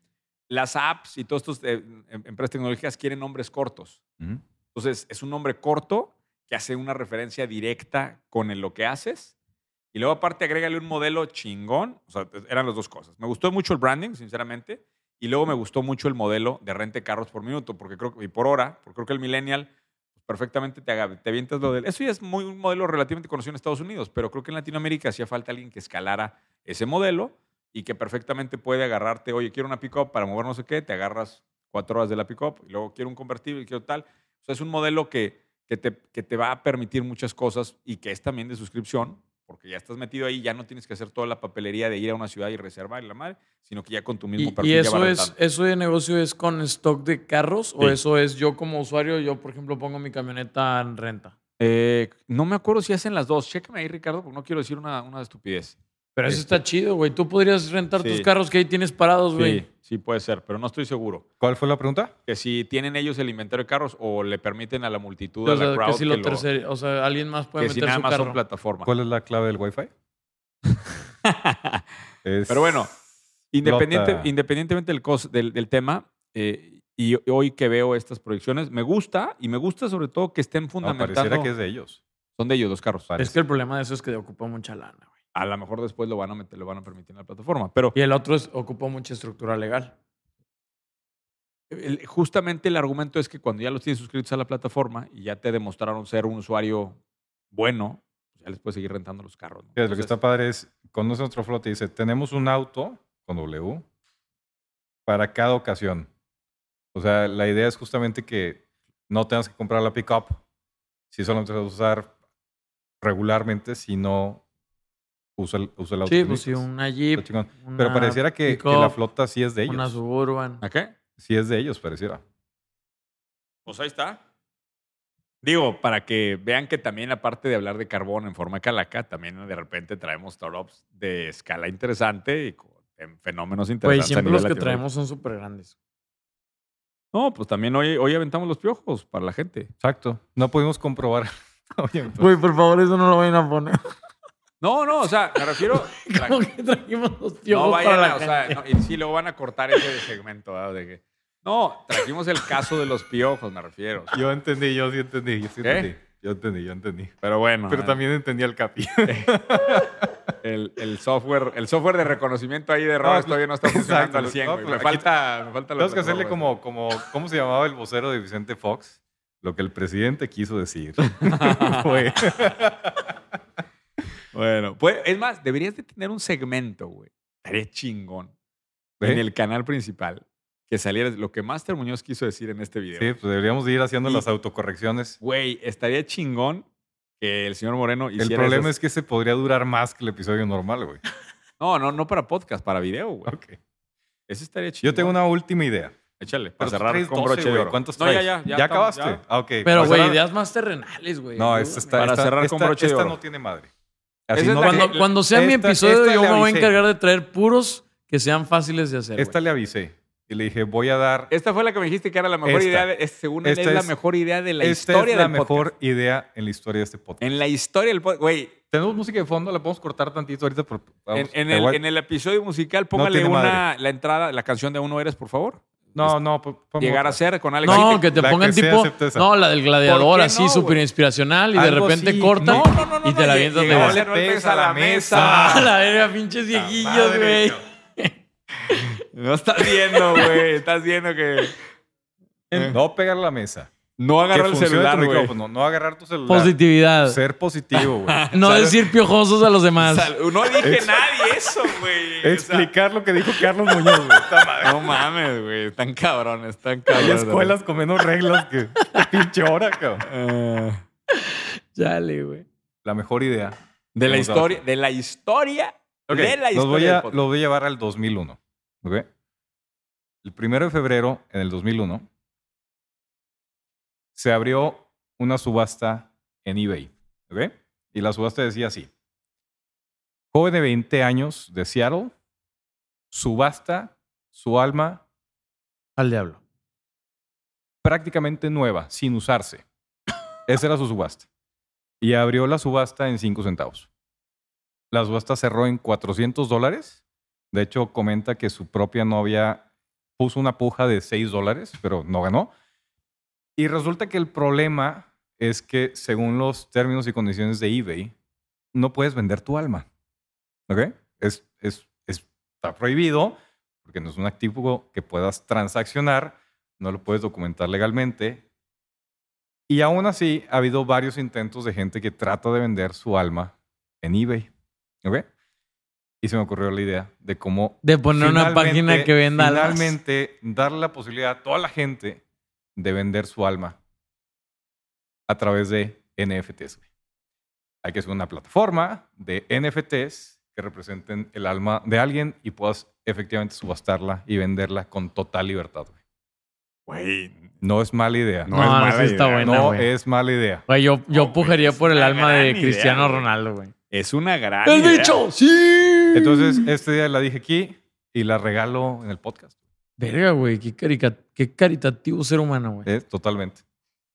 [SPEAKER 1] Las apps y todas estas em, empresas tecnológicas quieren nombres cortos.
[SPEAKER 2] Ujú.
[SPEAKER 1] Entonces, es un nombre corto que hace una referencia directa con el- lo que haces. Y luego, aparte, agrégale un modelo chingón. O sea, te- eran las dos cosas. Me gustó mucho el branding, sinceramente. Y luego me gustó mucho el modelo de rente carros por minuto porque creo, que- y por hora, porque creo que el millennial perfectamente te, haga- te avientas lo del... Eso ya es muy, un modelo relativamente conocido en Estados Unidos, pero creo que en Latinoamérica hacía falta alguien que escalara ese modelo y que perfectamente puede agarrarte, oye, quiero una pick-up para mover no sé qué, te agarras cuatro horas de la pick-up, y luego quiero un convertible, quiero tal. O sea, es un modelo que, que, te, que te va a permitir muchas cosas y que es también de suscripción, porque ya estás metido ahí, ya no tienes que hacer toda la papelería de ir a una ciudad y reservar y la madre, sino que ya con tu mismo
[SPEAKER 3] ¿Y,
[SPEAKER 1] perfil
[SPEAKER 3] y
[SPEAKER 1] ya
[SPEAKER 3] eso
[SPEAKER 1] vas
[SPEAKER 3] es
[SPEAKER 1] rentando.
[SPEAKER 3] eso de negocio es con stock de carros o
[SPEAKER 1] Sí.
[SPEAKER 3] eso es yo como usuario, yo por ejemplo pongo mi camioneta en renta?
[SPEAKER 1] Eh, no me acuerdo si hacen las dos. Chécame ahí, Ricardo, porque no quiero decir una, una estupidez.
[SPEAKER 3] Pero eso está chido, güey. Tú podrías rentar
[SPEAKER 1] Sí.
[SPEAKER 3] tus carros que ahí tienes parados, güey.
[SPEAKER 1] Sí, sí puede ser, pero no estoy seguro.
[SPEAKER 2] ¿Cuál fue la pregunta?
[SPEAKER 1] Que si tienen ellos el inventario de carros o le permiten a la multitud,
[SPEAKER 3] O
[SPEAKER 1] a la
[SPEAKER 3] sea,
[SPEAKER 1] crowd,
[SPEAKER 3] que si lo
[SPEAKER 1] que lo-
[SPEAKER 3] tercer- o sea, alguien más puede
[SPEAKER 1] que si
[SPEAKER 3] meter
[SPEAKER 1] nada
[SPEAKER 3] su
[SPEAKER 1] más son
[SPEAKER 3] carro.
[SPEAKER 1] plataforma.
[SPEAKER 2] ¿Cuál es la clave del Wi-Fi? Es-
[SPEAKER 1] Pero bueno, independiente,
[SPEAKER 2] Lota.
[SPEAKER 1] independientemente del, cos- del, del tema, eh, y hoy que veo estas proyecciones, me gusta y me gusta sobre todo que estén
[SPEAKER 2] No,
[SPEAKER 1] fundamentando.
[SPEAKER 2] pareciera que es de ellos.
[SPEAKER 1] Son de ellos los carros.
[SPEAKER 3] Es que el problema de eso es que ocupa mucha lana, güey.
[SPEAKER 1] A lo mejor después lo van a meter, lo van a permitir en la plataforma, pero
[SPEAKER 3] Y el otro es ocupa mucha estructura legal.
[SPEAKER 1] el- justamente el argumento es que cuando ya los tienes suscritos a la plataforma y ya te demostraron ser un usuario bueno, pues ya les puedes seguir rentando los carros. ¿no?
[SPEAKER 2] Fíjate, lo que
[SPEAKER 1] Entonces,
[SPEAKER 2] está padre es, conoce nuestro flote y dice, tenemos un auto con W para cada ocasión. O sea, la idea es justamente que no tengas que comprar la pickup si solamente vas a usar regularmente, sino usa el, usa el auto.
[SPEAKER 3] Sí,
[SPEAKER 2] que
[SPEAKER 3] pues sí,
[SPEAKER 2] necesitas.
[SPEAKER 3] una
[SPEAKER 2] Está
[SPEAKER 3] Jeep.
[SPEAKER 2] chingón.
[SPEAKER 3] una
[SPEAKER 2] Pero pareciera que, que la
[SPEAKER 3] pickup,
[SPEAKER 2] flota sí es de
[SPEAKER 3] Una
[SPEAKER 2] ellos.
[SPEAKER 3] Suburban.
[SPEAKER 1] ¿A qué?
[SPEAKER 2] Sí es de ellos, pareciera.
[SPEAKER 1] Pues ahí está. Digo, para que vean que también, aparte de hablar de carbón en forma calaca, también de repente traemos startups de escala interesante y con en fenómenos
[SPEAKER 3] Güey,
[SPEAKER 1] interesantes. a
[SPEAKER 3] siempre
[SPEAKER 1] nivel
[SPEAKER 3] los que
[SPEAKER 1] latinoamericano.
[SPEAKER 3] traemos son súper grandes.
[SPEAKER 1] No, pues también hoy, hoy aventamos los piojos para la gente.
[SPEAKER 2] Exacto. No pudimos comprobar. pues. Oye, entonces-
[SPEAKER 3] Güey, por favor, eso no lo vayan a poner.
[SPEAKER 1] No, no, o sea, me refiero. la-
[SPEAKER 3] Como que trajimos los piojos
[SPEAKER 1] no vayan
[SPEAKER 3] para la
[SPEAKER 1] a, o sea,
[SPEAKER 3] gente.
[SPEAKER 1] no, y sí, luego van a cortar ese segmento. ¿verdad? De que- no, trajimos el caso de los piojos, me refiero.
[SPEAKER 2] yo entendí, yo sí entendí, yo sí
[SPEAKER 1] ¿Qué?
[SPEAKER 2] entendí. Yo entendí, yo entendí.
[SPEAKER 1] Pero bueno.
[SPEAKER 2] Pero
[SPEAKER 1] eh.
[SPEAKER 2] también entendí al Capi.
[SPEAKER 1] el, el software, el software de reconocimiento ahí de errores
[SPEAKER 2] No,
[SPEAKER 1] todavía no está funcionando
[SPEAKER 2] exacto.
[SPEAKER 1] al 100,
[SPEAKER 2] No,
[SPEAKER 1] güey. Me
[SPEAKER 2] pero aquí-
[SPEAKER 1] falta, me falta
[SPEAKER 2] Tenemos
[SPEAKER 1] errores,
[SPEAKER 2] que hacerle
[SPEAKER 1] güey.
[SPEAKER 2] como, como, ¿cómo se llamaba el vocero de Vicente Fox? Lo que el presidente quiso decir. Fue-
[SPEAKER 1] Bueno, pues, es más, deberías de tener un segmento, güey. Estaría chingón.
[SPEAKER 2] ¿Eh?
[SPEAKER 1] En el canal principal. Que saliera lo que Master Muñoz quiso decir en este video.
[SPEAKER 2] Sí, pues deberíamos de ir haciendo
[SPEAKER 1] Y-
[SPEAKER 2] las autocorrecciones.
[SPEAKER 1] Güey, estaría chingón que el señor Moreno hiciera
[SPEAKER 2] El problema
[SPEAKER 1] esas-
[SPEAKER 2] es que se podría durar más que el episodio normal, güey.
[SPEAKER 1] No, no, no para podcast, para video, güey.
[SPEAKER 2] Ok.
[SPEAKER 1] Ese estaría chingón.
[SPEAKER 2] Yo tengo una última idea.
[SPEAKER 1] Échale,
[SPEAKER 2] Pero
[SPEAKER 1] para
[SPEAKER 2] tú
[SPEAKER 1] cerrar
[SPEAKER 2] traes
[SPEAKER 1] con
[SPEAKER 2] 12,
[SPEAKER 1] broche de
[SPEAKER 2] güey.
[SPEAKER 1] oro.
[SPEAKER 2] ¿Cuántos
[SPEAKER 1] No, ya,
[SPEAKER 2] traes?
[SPEAKER 1] ya. Ya, estamos,
[SPEAKER 2] acabaste?
[SPEAKER 1] ya.
[SPEAKER 2] Ah, ok.
[SPEAKER 3] Pero,
[SPEAKER 2] Para
[SPEAKER 3] güey,
[SPEAKER 2] cerrar-
[SPEAKER 3] ideas más terrenales, güey.
[SPEAKER 2] No, esta está.
[SPEAKER 1] Para
[SPEAKER 2] esta-
[SPEAKER 1] cerrar
[SPEAKER 2] esta-
[SPEAKER 1] con broche de
[SPEAKER 2] esta
[SPEAKER 1] oro.
[SPEAKER 2] no tiene madre. Así
[SPEAKER 1] Esa es
[SPEAKER 2] no
[SPEAKER 1] la
[SPEAKER 2] tiene-
[SPEAKER 1] que-
[SPEAKER 3] Cuando, cuando sea mi
[SPEAKER 2] Esta-
[SPEAKER 3] episodio,
[SPEAKER 2] esta
[SPEAKER 3] yo
[SPEAKER 2] le
[SPEAKER 3] me voy a
[SPEAKER 2] avisé.
[SPEAKER 3] encargar de traer puros que sean fáciles de hacer.
[SPEAKER 2] Esta
[SPEAKER 3] güey.
[SPEAKER 2] le avisé y le dije, voy a dar.
[SPEAKER 1] Esta fue la que me dijiste que era la mejor
[SPEAKER 2] Esta.
[SPEAKER 1] idea. de- es- según él,
[SPEAKER 2] Esta
[SPEAKER 1] es, la
[SPEAKER 2] es-
[SPEAKER 1] mejor idea de la
[SPEAKER 2] esta
[SPEAKER 1] historia
[SPEAKER 2] es la
[SPEAKER 1] del podcast.
[SPEAKER 2] mejor idea en la historia de este podcast.
[SPEAKER 1] En la historia del podcast. Güey,
[SPEAKER 2] Tenemos música de fondo, la podemos cortar tantito ahorita. Por,
[SPEAKER 1] en,
[SPEAKER 2] vamos,
[SPEAKER 1] en
[SPEAKER 2] da igual.
[SPEAKER 1] el, en el episodio musical, póngale
[SPEAKER 2] tiene
[SPEAKER 1] una,
[SPEAKER 2] madre.
[SPEAKER 1] la entrada, la canción de Uno Eres, por favor.
[SPEAKER 2] no, no, po- ponme
[SPEAKER 1] Llegar
[SPEAKER 2] otra.
[SPEAKER 1] a ser con Alex.
[SPEAKER 3] No,
[SPEAKER 1] Intec.
[SPEAKER 3] que te
[SPEAKER 2] la que
[SPEAKER 3] pongan
[SPEAKER 2] sea
[SPEAKER 3] tipo.
[SPEAKER 2] certeza.
[SPEAKER 3] No, la del gladiador,
[SPEAKER 1] ¿Por qué
[SPEAKER 3] así,
[SPEAKER 1] no,
[SPEAKER 3] súper
[SPEAKER 1] güey?
[SPEAKER 3] inspiracional, y de
[SPEAKER 2] Algo
[SPEAKER 3] repente
[SPEAKER 2] así.
[SPEAKER 3] corta
[SPEAKER 1] No, no, no, no,
[SPEAKER 3] y te la
[SPEAKER 1] no,
[SPEAKER 3] avientas de
[SPEAKER 1] llegaba
[SPEAKER 2] No
[SPEAKER 1] a
[SPEAKER 2] le
[SPEAKER 3] la.
[SPEAKER 1] ser- no le
[SPEAKER 2] pegues a la mesa.
[SPEAKER 3] Ah, la verga, pinches viejillos,
[SPEAKER 2] madre,
[SPEAKER 3] güey.
[SPEAKER 2] cabrón.
[SPEAKER 1] No estás viendo, güey. Estás viendo que
[SPEAKER 2] No pegar a la mesa.
[SPEAKER 1] Eh. no agarra
[SPEAKER 2] Que
[SPEAKER 1] el
[SPEAKER 2] funcione
[SPEAKER 1] celular,
[SPEAKER 2] tu
[SPEAKER 1] güey.
[SPEAKER 2] micrófono. No agarrar tu celular.
[SPEAKER 3] Positividad.
[SPEAKER 2] Ser positivo, güey.
[SPEAKER 3] No
[SPEAKER 2] ¿Sabes?
[SPEAKER 3] decir piojosos a los demás.
[SPEAKER 1] Sal- No dije nadie eso, güey. O sea,
[SPEAKER 2] Explicar lo que dijo Carlos Muñoz, güey. Esta madre.
[SPEAKER 1] no mames, güey. Están cabrones, están
[SPEAKER 2] Hay
[SPEAKER 1] cabrones.
[SPEAKER 2] escuelas con menos reglas que pinche hora, cabrón.
[SPEAKER 1] Eh,
[SPEAKER 3] Chale, güey.
[SPEAKER 2] La mejor idea.
[SPEAKER 1] de la
[SPEAKER 2] Vamos a otra.
[SPEAKER 1] historia, de la historia,
[SPEAKER 2] Ok,
[SPEAKER 1] de la
[SPEAKER 2] los voy,
[SPEAKER 1] historia.
[SPEAKER 2] a,
[SPEAKER 1] del podcast.
[SPEAKER 2] los voy a llevar al 2001. ¿ok? El primero de febrero, en el 2001, se abrió una subasta en eBay. ¿ok? Y la subasta decía así. Joven de 20 años de Seattle, subasta su alma
[SPEAKER 3] Al diablo.
[SPEAKER 2] prácticamente nueva, sin usarse. Esa era su subasta. Y abrió la subasta en 5 centavos. La subasta cerró en 400 dólares. De hecho, comenta que su propia novia puso una puja de 6 dólares, pero no ganó. Y resulta que el problema es que, según los términos y condiciones de eBay, no puedes vender tu alma. ¿Ok? Es, es- es- está prohibido porque no es un activo que puedas transaccionar no lo puedes documentar legalmente. Y aún así, ha habido varios intentos de gente que trata de vender su alma en eBay. ¿Ok? Y se me ocurrió la idea de cómo.
[SPEAKER 3] De poner una
[SPEAKER 2] finalmente-
[SPEAKER 3] página que venda almas.
[SPEAKER 2] Finalmente, darle la posibilidad a toda la gente de vender su alma a través de NFTs. güey. Hay que hacer una plataforma de NFTs que representen el alma de alguien y puedas efectivamente subastarla y venderla con total libertad. güey.
[SPEAKER 1] Güey,
[SPEAKER 2] No es mala idea.
[SPEAKER 1] No
[SPEAKER 3] No,
[SPEAKER 2] No,
[SPEAKER 1] es
[SPEAKER 3] no,
[SPEAKER 1] mala
[SPEAKER 3] sí está
[SPEAKER 1] idea.
[SPEAKER 3] buena, güey.
[SPEAKER 2] es mala idea.
[SPEAKER 3] Güey, yo, yo
[SPEAKER 1] No, güey,
[SPEAKER 3] pujaría
[SPEAKER 1] es
[SPEAKER 3] por el
[SPEAKER 1] una
[SPEAKER 3] alma de
[SPEAKER 1] gran idea,
[SPEAKER 3] Cristiano
[SPEAKER 1] güey.
[SPEAKER 3] Ronaldo, güey.
[SPEAKER 1] es una gran
[SPEAKER 3] ¡El
[SPEAKER 1] idea.
[SPEAKER 3] bicho! ¡Sí!
[SPEAKER 2] Entonces, este día la dije aquí y la regalo en el podcast.
[SPEAKER 3] Verga, güey. Qué, carica- qué caritativo ser humano, güey.
[SPEAKER 2] Eh, Totalmente.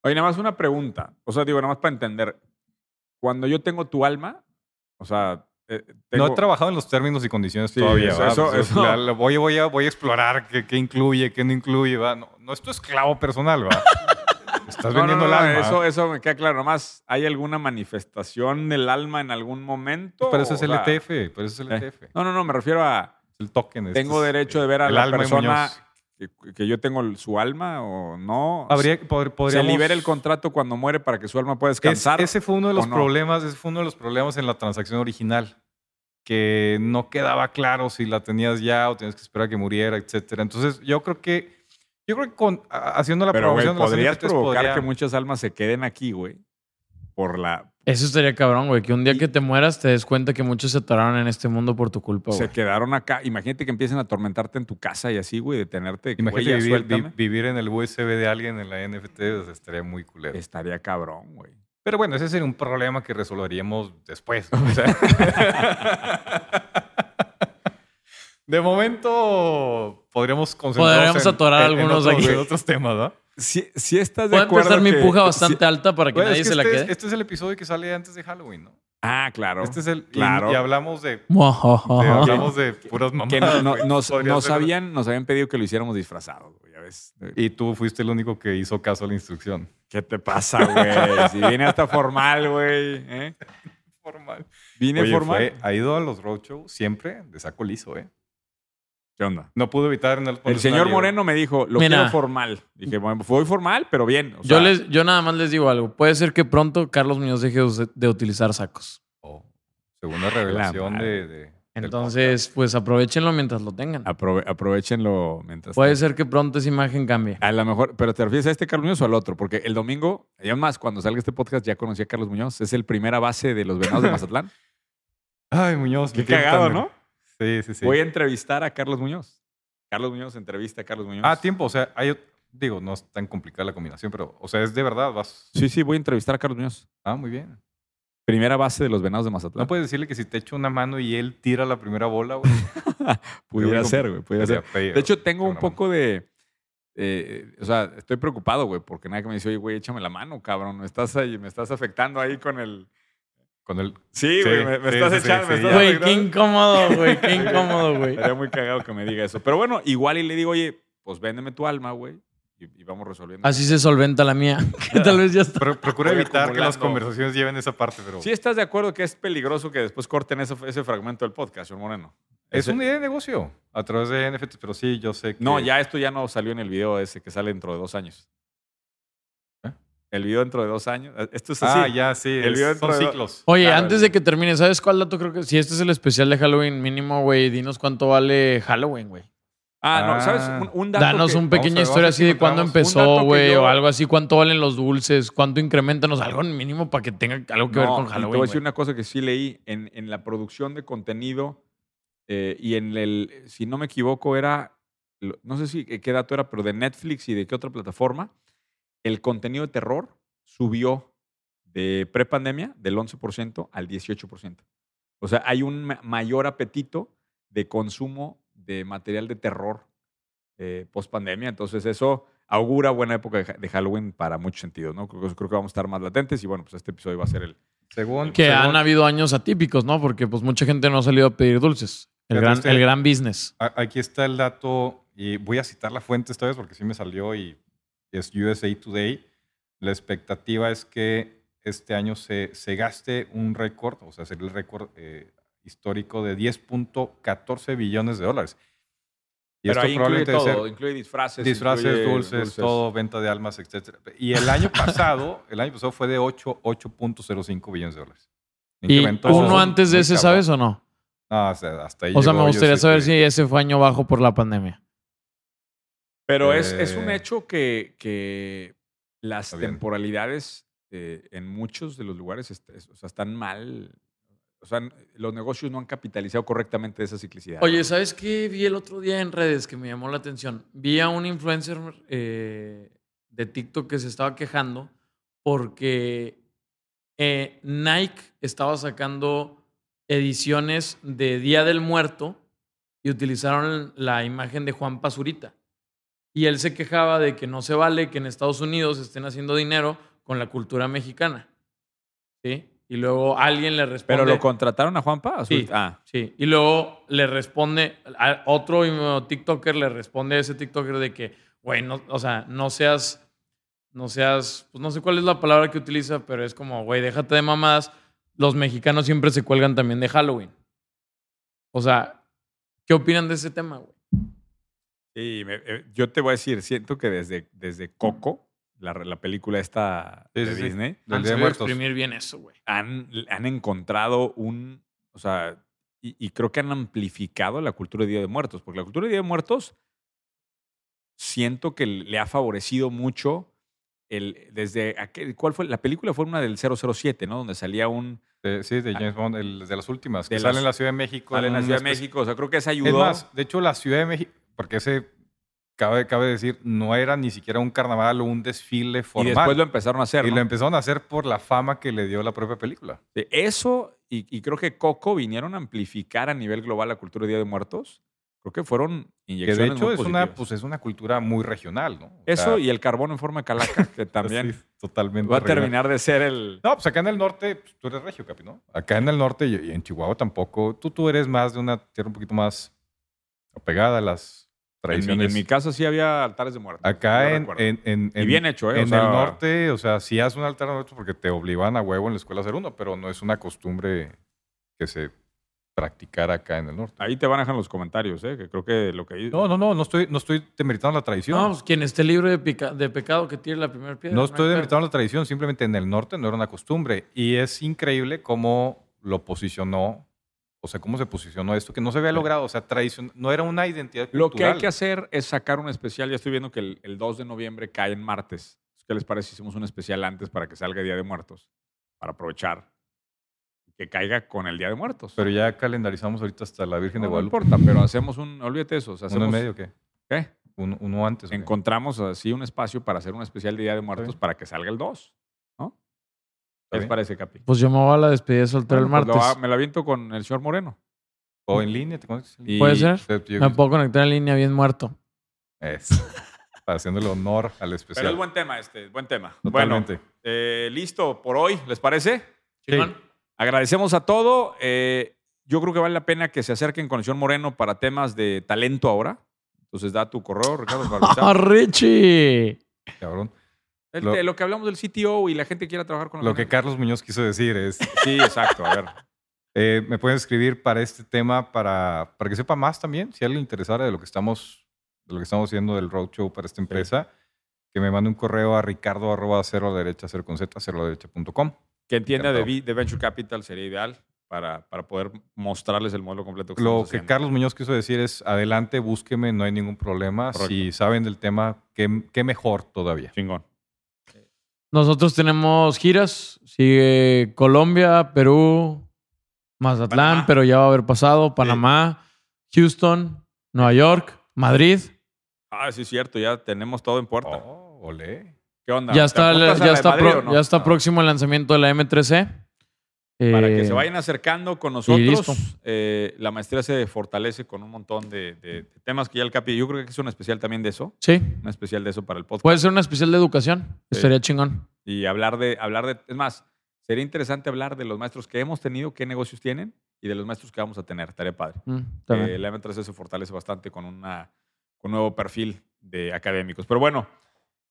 [SPEAKER 1] Oye, nada más una pregunta. O sea, digo, nada más para entender. Cuando yo tengo tu alma, o sea, eh, tengo-
[SPEAKER 2] No he trabajado en los términos y condiciones
[SPEAKER 1] Sí,
[SPEAKER 2] todavía.
[SPEAKER 1] eso-
[SPEAKER 2] ¿va?
[SPEAKER 1] eso-
[SPEAKER 2] Pues,
[SPEAKER 1] eso.
[SPEAKER 2] la- la voy, voy a, voy a explorar qué, qué incluye, qué no incluye. ¿va? No, no es tu esclavo personal, ¿va? Estás
[SPEAKER 1] No, no,
[SPEAKER 2] vendiendo
[SPEAKER 1] no,
[SPEAKER 2] el alma.
[SPEAKER 1] Eso, eso me queda claro. Nomás, ¿hay alguna manifestación del alma en algún momento?
[SPEAKER 2] Pues, Pero eso es
[SPEAKER 1] O
[SPEAKER 2] el
[SPEAKER 1] sea,
[SPEAKER 2] ETF. Pero eso es el
[SPEAKER 1] eh,
[SPEAKER 2] ETF.
[SPEAKER 1] No, no, no, me refiero a.
[SPEAKER 2] Es el token. este
[SPEAKER 1] Tengo
[SPEAKER 2] es-
[SPEAKER 1] derecho de ver a
[SPEAKER 2] el
[SPEAKER 1] la
[SPEAKER 2] alma de
[SPEAKER 1] persona
[SPEAKER 2] Muñoz.
[SPEAKER 1] que, que yo tengo el- su alma o no.
[SPEAKER 2] Habría, pod-
[SPEAKER 1] se
[SPEAKER 2] podríamos-
[SPEAKER 1] libera el contrato cuando muere para que su alma pueda
[SPEAKER 2] Es-
[SPEAKER 1] descansar.
[SPEAKER 2] ese fue uno de
[SPEAKER 1] o
[SPEAKER 2] los
[SPEAKER 1] no?
[SPEAKER 2] problemas, ese fue uno de los problemas en la transacción original, que no quedaba claro si la tenías ya o tenías que esperar a que muriera, etcétera. Entonces, yo creo que yo creo que con, a- haciendo la
[SPEAKER 1] Pero, güey,
[SPEAKER 2] aprobación de
[SPEAKER 1] podrías
[SPEAKER 2] las NFTs
[SPEAKER 1] provocar
[SPEAKER 2] podría-
[SPEAKER 1] que muchas almas se queden aquí, güey. Por la.
[SPEAKER 3] Eso estaría cabrón, güey. Que un día que te mueras te des cuenta que muchos se atoraron en este mundo por tu culpa,
[SPEAKER 1] se
[SPEAKER 3] güey.
[SPEAKER 1] quedaron acá. Imagínate que empiecen a atormentarte en tu casa y así, güey, detenerte. de que,
[SPEAKER 2] imagínate
[SPEAKER 1] güey, ya
[SPEAKER 2] vivir, vi-
[SPEAKER 1] suéltame.
[SPEAKER 2] vivir en el USB de alguien en la NFT, o sea, estaría muy culero.
[SPEAKER 1] Estaría cabrón, güey.
[SPEAKER 2] Pero bueno, ese sería un problema que resolveríamos después. o sea. de momento podríamos concentrarnos
[SPEAKER 3] Podríamos
[SPEAKER 2] en-
[SPEAKER 3] atorar
[SPEAKER 2] en-
[SPEAKER 3] algunos
[SPEAKER 2] en otros,
[SPEAKER 3] aquí.
[SPEAKER 2] en otros temas, ¿no?
[SPEAKER 1] Si, si estás de
[SPEAKER 3] Puedo
[SPEAKER 1] acuerdo.
[SPEAKER 3] empezar mi
[SPEAKER 1] que-
[SPEAKER 3] puja
[SPEAKER 1] si-
[SPEAKER 3] bastante alta para que
[SPEAKER 2] Bueno,
[SPEAKER 3] nadie
[SPEAKER 2] es que
[SPEAKER 3] se la
[SPEAKER 2] este, es-
[SPEAKER 3] quede.
[SPEAKER 2] este es el episodio que sale antes de Halloween, ¿no?
[SPEAKER 1] Ah, claro.
[SPEAKER 2] Este es el. y-
[SPEAKER 1] Claro.
[SPEAKER 2] Y, hablamos de. de-
[SPEAKER 3] Mojojojo.
[SPEAKER 1] este,
[SPEAKER 2] hablamos de puras mamadas.
[SPEAKER 1] Que no- no-
[SPEAKER 2] güey.
[SPEAKER 1] nos,
[SPEAKER 2] Podría
[SPEAKER 1] nos
[SPEAKER 2] ser-
[SPEAKER 1] habían, nos habían pedido que lo hiciéramos disfrazado, güey, ya ves.
[SPEAKER 2] Y tú fuiste el único que hizo caso a la instrucción.
[SPEAKER 1] ¿Qué te pasa, güey? Si viene hasta formal, güey. ¿eh?
[SPEAKER 2] formal.
[SPEAKER 1] Vine
[SPEAKER 2] Oye,
[SPEAKER 1] formal.
[SPEAKER 2] fue- ha ido a los roadshows siempre de saco liso, ¿eh?
[SPEAKER 1] ¿Qué onda?
[SPEAKER 2] No pude evitar. no
[SPEAKER 1] El
[SPEAKER 2] ponerse una
[SPEAKER 1] señor
[SPEAKER 2] liebre.
[SPEAKER 1] Moreno me dijo, lo
[SPEAKER 3] Mira.
[SPEAKER 1] quiero formal. Dije, bueno, voy formal, pero bien. o
[SPEAKER 3] yo,
[SPEAKER 1] sea,
[SPEAKER 3] les, yo nada más les digo algo. Puede ser que pronto Carlos Muñoz deje de us- de utilizar sacos.
[SPEAKER 2] Oh, segunda revelación
[SPEAKER 1] madre.
[SPEAKER 2] de, de- del
[SPEAKER 3] Entonces, pues aprovechenlo mientras lo tengan.
[SPEAKER 1] aprove- aprovechenlo mientras.
[SPEAKER 3] Puede ser que pronto esa imagen cambie.
[SPEAKER 1] A lo mejor, pero ¿te refieres a este Carlos Muñoz o al otro? Porque el domingo, y además, cuando salga este podcast, ya conocí a Carlos Muñoz. Es el primera base de los Venados de Mazatlán.
[SPEAKER 2] podcast. Ay, Muñoz.
[SPEAKER 1] Qué
[SPEAKER 2] me tienta,
[SPEAKER 1] cagado,
[SPEAKER 2] me-
[SPEAKER 1] ¿no?
[SPEAKER 2] Sí, sí, sí.
[SPEAKER 1] Voy a entrevistar a Carlos Muñoz. Carlos Muñoz entrevista a Carlos Muñoz.
[SPEAKER 2] Ah, tiempo. O sea, hay, ot- digo, no es tan complicada la combinación, pero, o sea, es de verdad. Vas.
[SPEAKER 1] Sí, sí, voy a entrevistar a Carlos Muñoz.
[SPEAKER 2] Ah, muy bien.
[SPEAKER 1] Primera base de los Venados de Mazatlán.
[SPEAKER 2] No puedes decirle que si te echo una mano y él tira la primera bola, güey.
[SPEAKER 1] pudiera
[SPEAKER 2] Yo digo,
[SPEAKER 1] ser, güey. Pudiera ser. De hecho, tengo un poco de. eh, o sea, estoy preocupado, güey, porque nada que me dice, oye, güey, échame la mano, cabrón. Me estás, ahí, me estás afectando ahí con el.
[SPEAKER 2] Con el,
[SPEAKER 1] Sí, güey, me, me
[SPEAKER 2] sí,
[SPEAKER 1] estás
[SPEAKER 2] sí,
[SPEAKER 1] echando.
[SPEAKER 2] sí,
[SPEAKER 1] me
[SPEAKER 2] sí,
[SPEAKER 1] estás
[SPEAKER 2] ya.
[SPEAKER 3] Güey,
[SPEAKER 1] afectando.
[SPEAKER 3] qué incómodo, güey. Qué incómodo, güey.
[SPEAKER 1] Estaría muy cagado que me diga eso. Pero bueno, igual y le digo, oye, pues véndeme tu alma, güey, y, y vamos resolviendo.
[SPEAKER 3] Así se solventa la mía. Que tal vez ya está.
[SPEAKER 2] Pro- procura
[SPEAKER 1] Voy
[SPEAKER 2] evitar que las
[SPEAKER 1] acumulando.
[SPEAKER 2] conversaciones lleven esa parte, pero
[SPEAKER 1] ¿Sí estás de acuerdo que es peligroso que después corten ese, ese fragmento del podcast, señor Moreno?
[SPEAKER 2] es
[SPEAKER 1] Ese-
[SPEAKER 2] una idea de negocio a través de NFTs, pero sí, yo sé que...
[SPEAKER 1] No, ya esto ya no salió en el video ese que sale dentro de dos años.
[SPEAKER 2] ¿Eh?
[SPEAKER 1] El video dentro de dos años. eh, Esto es así.
[SPEAKER 2] Ah, ya, sí.
[SPEAKER 1] El
[SPEAKER 2] es-
[SPEAKER 1] video
[SPEAKER 2] son
[SPEAKER 1] dentro de-
[SPEAKER 2] ciclos.
[SPEAKER 3] Oye,
[SPEAKER 1] Claro,
[SPEAKER 3] antes de que termine, ¿sabes cuál dato creo que? Si este es el especial de Halloween mínimo, güey, dinos cuánto vale Halloween, güey.
[SPEAKER 1] Ah, no,
[SPEAKER 2] Ah.
[SPEAKER 1] ¿sabes? Un, un dato
[SPEAKER 3] Danos
[SPEAKER 1] que-
[SPEAKER 3] un
[SPEAKER 2] vamos a
[SPEAKER 3] pequeña
[SPEAKER 2] ver,
[SPEAKER 3] historia
[SPEAKER 2] vamos a
[SPEAKER 3] así de cuándo
[SPEAKER 2] encontramos
[SPEAKER 1] un dato
[SPEAKER 3] empezó,
[SPEAKER 1] que
[SPEAKER 3] güey,
[SPEAKER 1] yo-
[SPEAKER 3] o algo así. ¿Cuánto valen los dulces? ¿Cuánto incrementanos? Algo en mínimo para que tenga algo que ver
[SPEAKER 1] No,
[SPEAKER 3] con
[SPEAKER 1] y
[SPEAKER 3] Halloween.
[SPEAKER 1] Te voy a
[SPEAKER 3] güey.
[SPEAKER 1] decir una cosa que sí leí en, en la producción de contenido eh, y en el, si no me equivoco, era, lo- no sé si eh, qué dato era, pero de Netflix y de qué otra plataforma, el contenido de terror subió de prepandemia del 11% al 18%. O sea, hay un ma- mayor apetito de consumo de material de terror eh, post pandemia. Entonces, eso augura buena época de, ja- de Halloween para muchos sentidos, ¿no? Creo, que- creo que vamos a estar más latentes y bueno, pues este episodio va a ser el.
[SPEAKER 2] Según,
[SPEAKER 3] Que
[SPEAKER 2] según-
[SPEAKER 3] han habido años atípicos, ¿no? Porque pues mucha gente no ha salido a pedir dulces. El,
[SPEAKER 2] Ya
[SPEAKER 3] gran,
[SPEAKER 2] tuviste-
[SPEAKER 3] el gran business.
[SPEAKER 2] a- Aquí está el dato y voy a citar la fuente esta vez porque sí me salió y es USA Today. La expectativa es que este año se, se gaste un récord, o sea, sería el récord eh, histórico de 10.14 billones de dólares. Y
[SPEAKER 1] Pero
[SPEAKER 2] esto
[SPEAKER 1] ahí incluye
[SPEAKER 2] probablemente debe ser-
[SPEAKER 1] todo, incluye disfraces.
[SPEAKER 2] disfraces,
[SPEAKER 1] incluye
[SPEAKER 2] dulces, todo, venta de almas, etcétera. Y el año pasado, el año pasado fue de 8, 8.05 billones de dólares.
[SPEAKER 3] Y
[SPEAKER 2] Incrementó
[SPEAKER 3] uno
[SPEAKER 2] muy
[SPEAKER 3] antes de ese,
[SPEAKER 2] cabrón.
[SPEAKER 3] ¿sabes o no?
[SPEAKER 2] No, o sea, hasta ahí
[SPEAKER 3] O sea,
[SPEAKER 2] llegó
[SPEAKER 3] me gustaría
[SPEAKER 2] USA
[SPEAKER 3] saber si
[SPEAKER 2] Today.
[SPEAKER 3] ese fue año bajo por la pandemia.
[SPEAKER 1] Pero es, es un
[SPEAKER 2] Eh.
[SPEAKER 1] hecho que, que las
[SPEAKER 2] Está bien.
[SPEAKER 1] temporalidades eh, en muchos de los lugares est- es- o sea, están mal. O sea, n- los negocios no han capitalizado correctamente esa ciclicidad.
[SPEAKER 3] Oye, ¿sabes qué vi el otro día en redes que me llamó la atención? Vi a un influencer eh, de TikTok que se estaba quejando porque eh, Nike estaba sacando ediciones de Día del Muerto y utilizaron la imagen de Juan Pazurita. Y él se quejaba de que no se vale que en Estados Unidos estén haciendo dinero con la cultura mexicana. ¿Sí? Y luego alguien le responde.
[SPEAKER 1] ¿Pero lo contrataron a Juanpa? ¿O
[SPEAKER 3] Sí.
[SPEAKER 1] su- Ah,
[SPEAKER 3] Sí, y luego le responde, a otro eh, TikToker le responde a ese TikToker de que, güey, no, o sea, no seas, no seas, pues no sé cuál es la palabra que utiliza, pero es como, güey, déjate de mamadas. Los mexicanos siempre se cuelgan también de Halloween. O sea, ¿qué opinan de ese tema, güey?
[SPEAKER 1] sí, me- eh, yo te voy a decir, siento que desde, desde Coco, la, re- la película esta
[SPEAKER 2] Sí,
[SPEAKER 1] de
[SPEAKER 2] sí, sí.
[SPEAKER 1] Disney,
[SPEAKER 2] Del
[SPEAKER 3] Han
[SPEAKER 2] Día de
[SPEAKER 3] sabido
[SPEAKER 2] Muertos.
[SPEAKER 3] exprimir bien eso, güey.
[SPEAKER 1] han, han encontrado un, o sea, y, y creo que han amplificado la cultura de Día de Muertos, porque la cultura de Día de Muertos siento que le ha favorecido mucho el, desde, aquel, ¿cuál fue? La película fue una del 007, ¿no? Donde salía un,
[SPEAKER 2] De- sí,
[SPEAKER 3] Ah.
[SPEAKER 2] de James Bond, el- de las últimas.
[SPEAKER 1] De
[SPEAKER 2] que sale
[SPEAKER 1] las-
[SPEAKER 2] en la Ciudad de México.
[SPEAKER 1] sale en la
[SPEAKER 2] un
[SPEAKER 1] Ciudad de
[SPEAKER 2] espe-
[SPEAKER 1] México, o sea, creo que esa
[SPEAKER 2] Es
[SPEAKER 1] ayudó.
[SPEAKER 2] más, de hecho, la Ciudad de México, porque ese, cabe, cabe decir, no era ni siquiera un carnaval o un desfile
[SPEAKER 1] y
[SPEAKER 2] formal.
[SPEAKER 1] después lo empezaron a hacer.
[SPEAKER 2] Y
[SPEAKER 1] ¿no?
[SPEAKER 2] lo em empezaron a hacer por la fama que le dio la propia película.
[SPEAKER 1] De Eso, y, y creo que Coco vinieron a amplificar a nivel global la cultura de Día de Muertos. Creo que fueron
[SPEAKER 2] Que
[SPEAKER 1] inyecciones
[SPEAKER 2] de hecho
[SPEAKER 1] muy
[SPEAKER 2] es una,
[SPEAKER 1] positivas.
[SPEAKER 2] pues, es una cultura muy regional, ¿no? O
[SPEAKER 1] Eso
[SPEAKER 2] sea,
[SPEAKER 1] y el carbón en forma de calaca, que también
[SPEAKER 2] sí, totalmente.
[SPEAKER 1] va a
[SPEAKER 2] regional.
[SPEAKER 1] terminar de ser el...
[SPEAKER 2] No, pues acá en el norte, pues, tú eres regio, Capi, ¿no? Acá en el norte y y en Chihuahua tampoco. Tú, tú eres más de una tierra un poquito más apegada a las
[SPEAKER 1] En mi,
[SPEAKER 2] tradiciones.
[SPEAKER 1] en mi casa sí había altares de muerte.
[SPEAKER 2] Acá
[SPEAKER 1] yo
[SPEAKER 2] en,
[SPEAKER 1] recuerdo.
[SPEAKER 2] en, en-
[SPEAKER 1] y
[SPEAKER 2] en-
[SPEAKER 1] bien hecho, ¿eh? O
[SPEAKER 2] en
[SPEAKER 1] sea,
[SPEAKER 2] el norte, o sea, sí haz un altar al norte porque te obligaban a huevo en la escuela a hacer uno, pero no es una costumbre que se practicara acá en el norte.
[SPEAKER 1] Ahí te van a dejar en los comentarios, ¿eh? Que creo que lo que.
[SPEAKER 2] No, no, no, no estoy, no estoy demeritando la tradición.
[SPEAKER 3] No,
[SPEAKER 2] No,
[SPEAKER 3] pues, quien esté libre de, pica- de pecado que tire la primera piedra. hay
[SPEAKER 2] estoy
[SPEAKER 3] pedo.
[SPEAKER 2] demeritando la tradición, simplemente en el norte no era una costumbre. Y es increíble cómo lo posicionó, o sea, cómo se posicionó esto, que no se había logrado, o sea, tradición, no era una identidad
[SPEAKER 1] Lo
[SPEAKER 2] cultural.
[SPEAKER 1] que hay que hacer es sacar un especial. Ya estoy viendo que el, el 2 de noviembre cae en martes. ¿Qué les parece si hicimos un especial antes para que salga Día de Muertos? Para aprovechar que caiga con el Día de Muertos.
[SPEAKER 2] Pero ya calendarizamos ahorita hasta la Virgen
[SPEAKER 1] no,
[SPEAKER 2] de
[SPEAKER 1] no
[SPEAKER 2] Guadalupe.
[SPEAKER 1] importa, pero hacemos un. Olvídate eso. o sea,
[SPEAKER 2] ¿Uno
[SPEAKER 1] hacemos,
[SPEAKER 2] en medio o qué?
[SPEAKER 1] ¿Qué?
[SPEAKER 2] Uno, uno antes. o qué?
[SPEAKER 1] Encontramos así un espacio para hacer un especial de Día de Muertos
[SPEAKER 2] bien.
[SPEAKER 1] para que salga el 2. ¿No?
[SPEAKER 2] Está
[SPEAKER 1] ¿Qué les
[SPEAKER 2] bien.
[SPEAKER 1] parece, Capi?
[SPEAKER 3] Pues yo me voy a la despedida soltera el
[SPEAKER 1] Bueno, pues lo
[SPEAKER 3] martes.
[SPEAKER 1] va- me la aviento con el señor Moreno.
[SPEAKER 2] O en línea, ¿te conectas? en línea?
[SPEAKER 1] Y- pues,
[SPEAKER 3] ¿Puede ser?
[SPEAKER 2] Except you.
[SPEAKER 3] Me puedo conectar en línea bien muerto.
[SPEAKER 2] Es. Para haciéndole honor al especial.
[SPEAKER 1] Pero es buen tema este, buen tema.
[SPEAKER 2] Totalmente.
[SPEAKER 1] Bueno, eh, listo por hoy, ¿les parece?
[SPEAKER 2] Sí.
[SPEAKER 1] Agradecemos a todo. eh, yo creo que vale la pena que se acerquen con el señor Moreno para temas de talento ahora. Entonces da tu correo, Ricardo. para
[SPEAKER 3] ¡Ah,
[SPEAKER 1] avisar.
[SPEAKER 3] Richie!
[SPEAKER 2] Cabrón.
[SPEAKER 1] El-
[SPEAKER 2] Lo-
[SPEAKER 1] de lo que hablamos del CTO y la gente quiera trabajar con la
[SPEAKER 2] Lo que
[SPEAKER 1] gente.
[SPEAKER 2] Carlos Muñoz quiso decir es,
[SPEAKER 1] Sí, exacto. A ver.
[SPEAKER 2] eh, me pueden escribir para este tema para, para que sepa más también, si a alguien le interesara de lo que estamos, de lo que estamos haciendo del roadshow para esta empresa, que me mande un correo a ricardo arroba cero a la derecha cero con z cero a la derecha punto com.
[SPEAKER 1] Que entienda de,
[SPEAKER 2] Encantado.
[SPEAKER 1] vi- de Venture Capital sería ideal para, para poder mostrarles el modelo completo. Que
[SPEAKER 2] Lo
[SPEAKER 1] estamos
[SPEAKER 2] que
[SPEAKER 1] haciendo.
[SPEAKER 2] Carlos Muñoz quiso decir es, adelante, búsqueme, no hay ningún problema.
[SPEAKER 1] Correcto.
[SPEAKER 2] Si saben del tema, qué, qué mejor todavía.
[SPEAKER 1] Chingón.
[SPEAKER 3] Nosotros tenemos giras. Sigue Colombia, Perú, Mazatlán,
[SPEAKER 1] Panamá.
[SPEAKER 3] pero ya va a haber pasado. Panamá, Houston, Nueva York, Madrid.
[SPEAKER 1] Ah, sí, es cierto. Ya tenemos todo en puerta.
[SPEAKER 2] Oh, olé.
[SPEAKER 1] ¿Qué onda?
[SPEAKER 3] ya
[SPEAKER 1] ¿Te
[SPEAKER 3] está, el-
[SPEAKER 1] apuntas a
[SPEAKER 3] ya
[SPEAKER 1] la de
[SPEAKER 3] está,
[SPEAKER 1] Madrid
[SPEAKER 3] pro-
[SPEAKER 1] o no?
[SPEAKER 3] ya está
[SPEAKER 1] No.
[SPEAKER 3] próximo el lanzamiento de la M3C.
[SPEAKER 1] Para
[SPEAKER 3] Eh,
[SPEAKER 1] que se vayan acercando con
[SPEAKER 3] listo.
[SPEAKER 1] nosotros. Eh, la maestría se fortalece con un montón de, de- de temas que ya el Capi, yo creo que es un especial también de eso.
[SPEAKER 3] Sí.
[SPEAKER 1] Un especial de eso para el podcast.
[SPEAKER 3] Puede ser una especial de educación.
[SPEAKER 1] Sí.
[SPEAKER 3] Estaría chingón.
[SPEAKER 1] y hablar de, hablar de, es más, sería interesante hablar de los maestros que hemos tenido, qué negocios tienen y de los maestros que vamos a tener. Tarea padre.
[SPEAKER 3] Mm, está bien.
[SPEAKER 1] Eh, la M3C se fortalece bastante con, una, con un nuevo perfil de académicos. Pero bueno,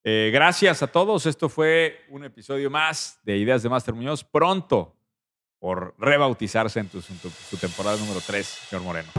[SPEAKER 1] eh, gracias a todos. Esto fue un episodio más de Ideas de Master Muñoz. Pronto por rebautizarse en tu, en tu- tu temporada número 3, señor Moreno.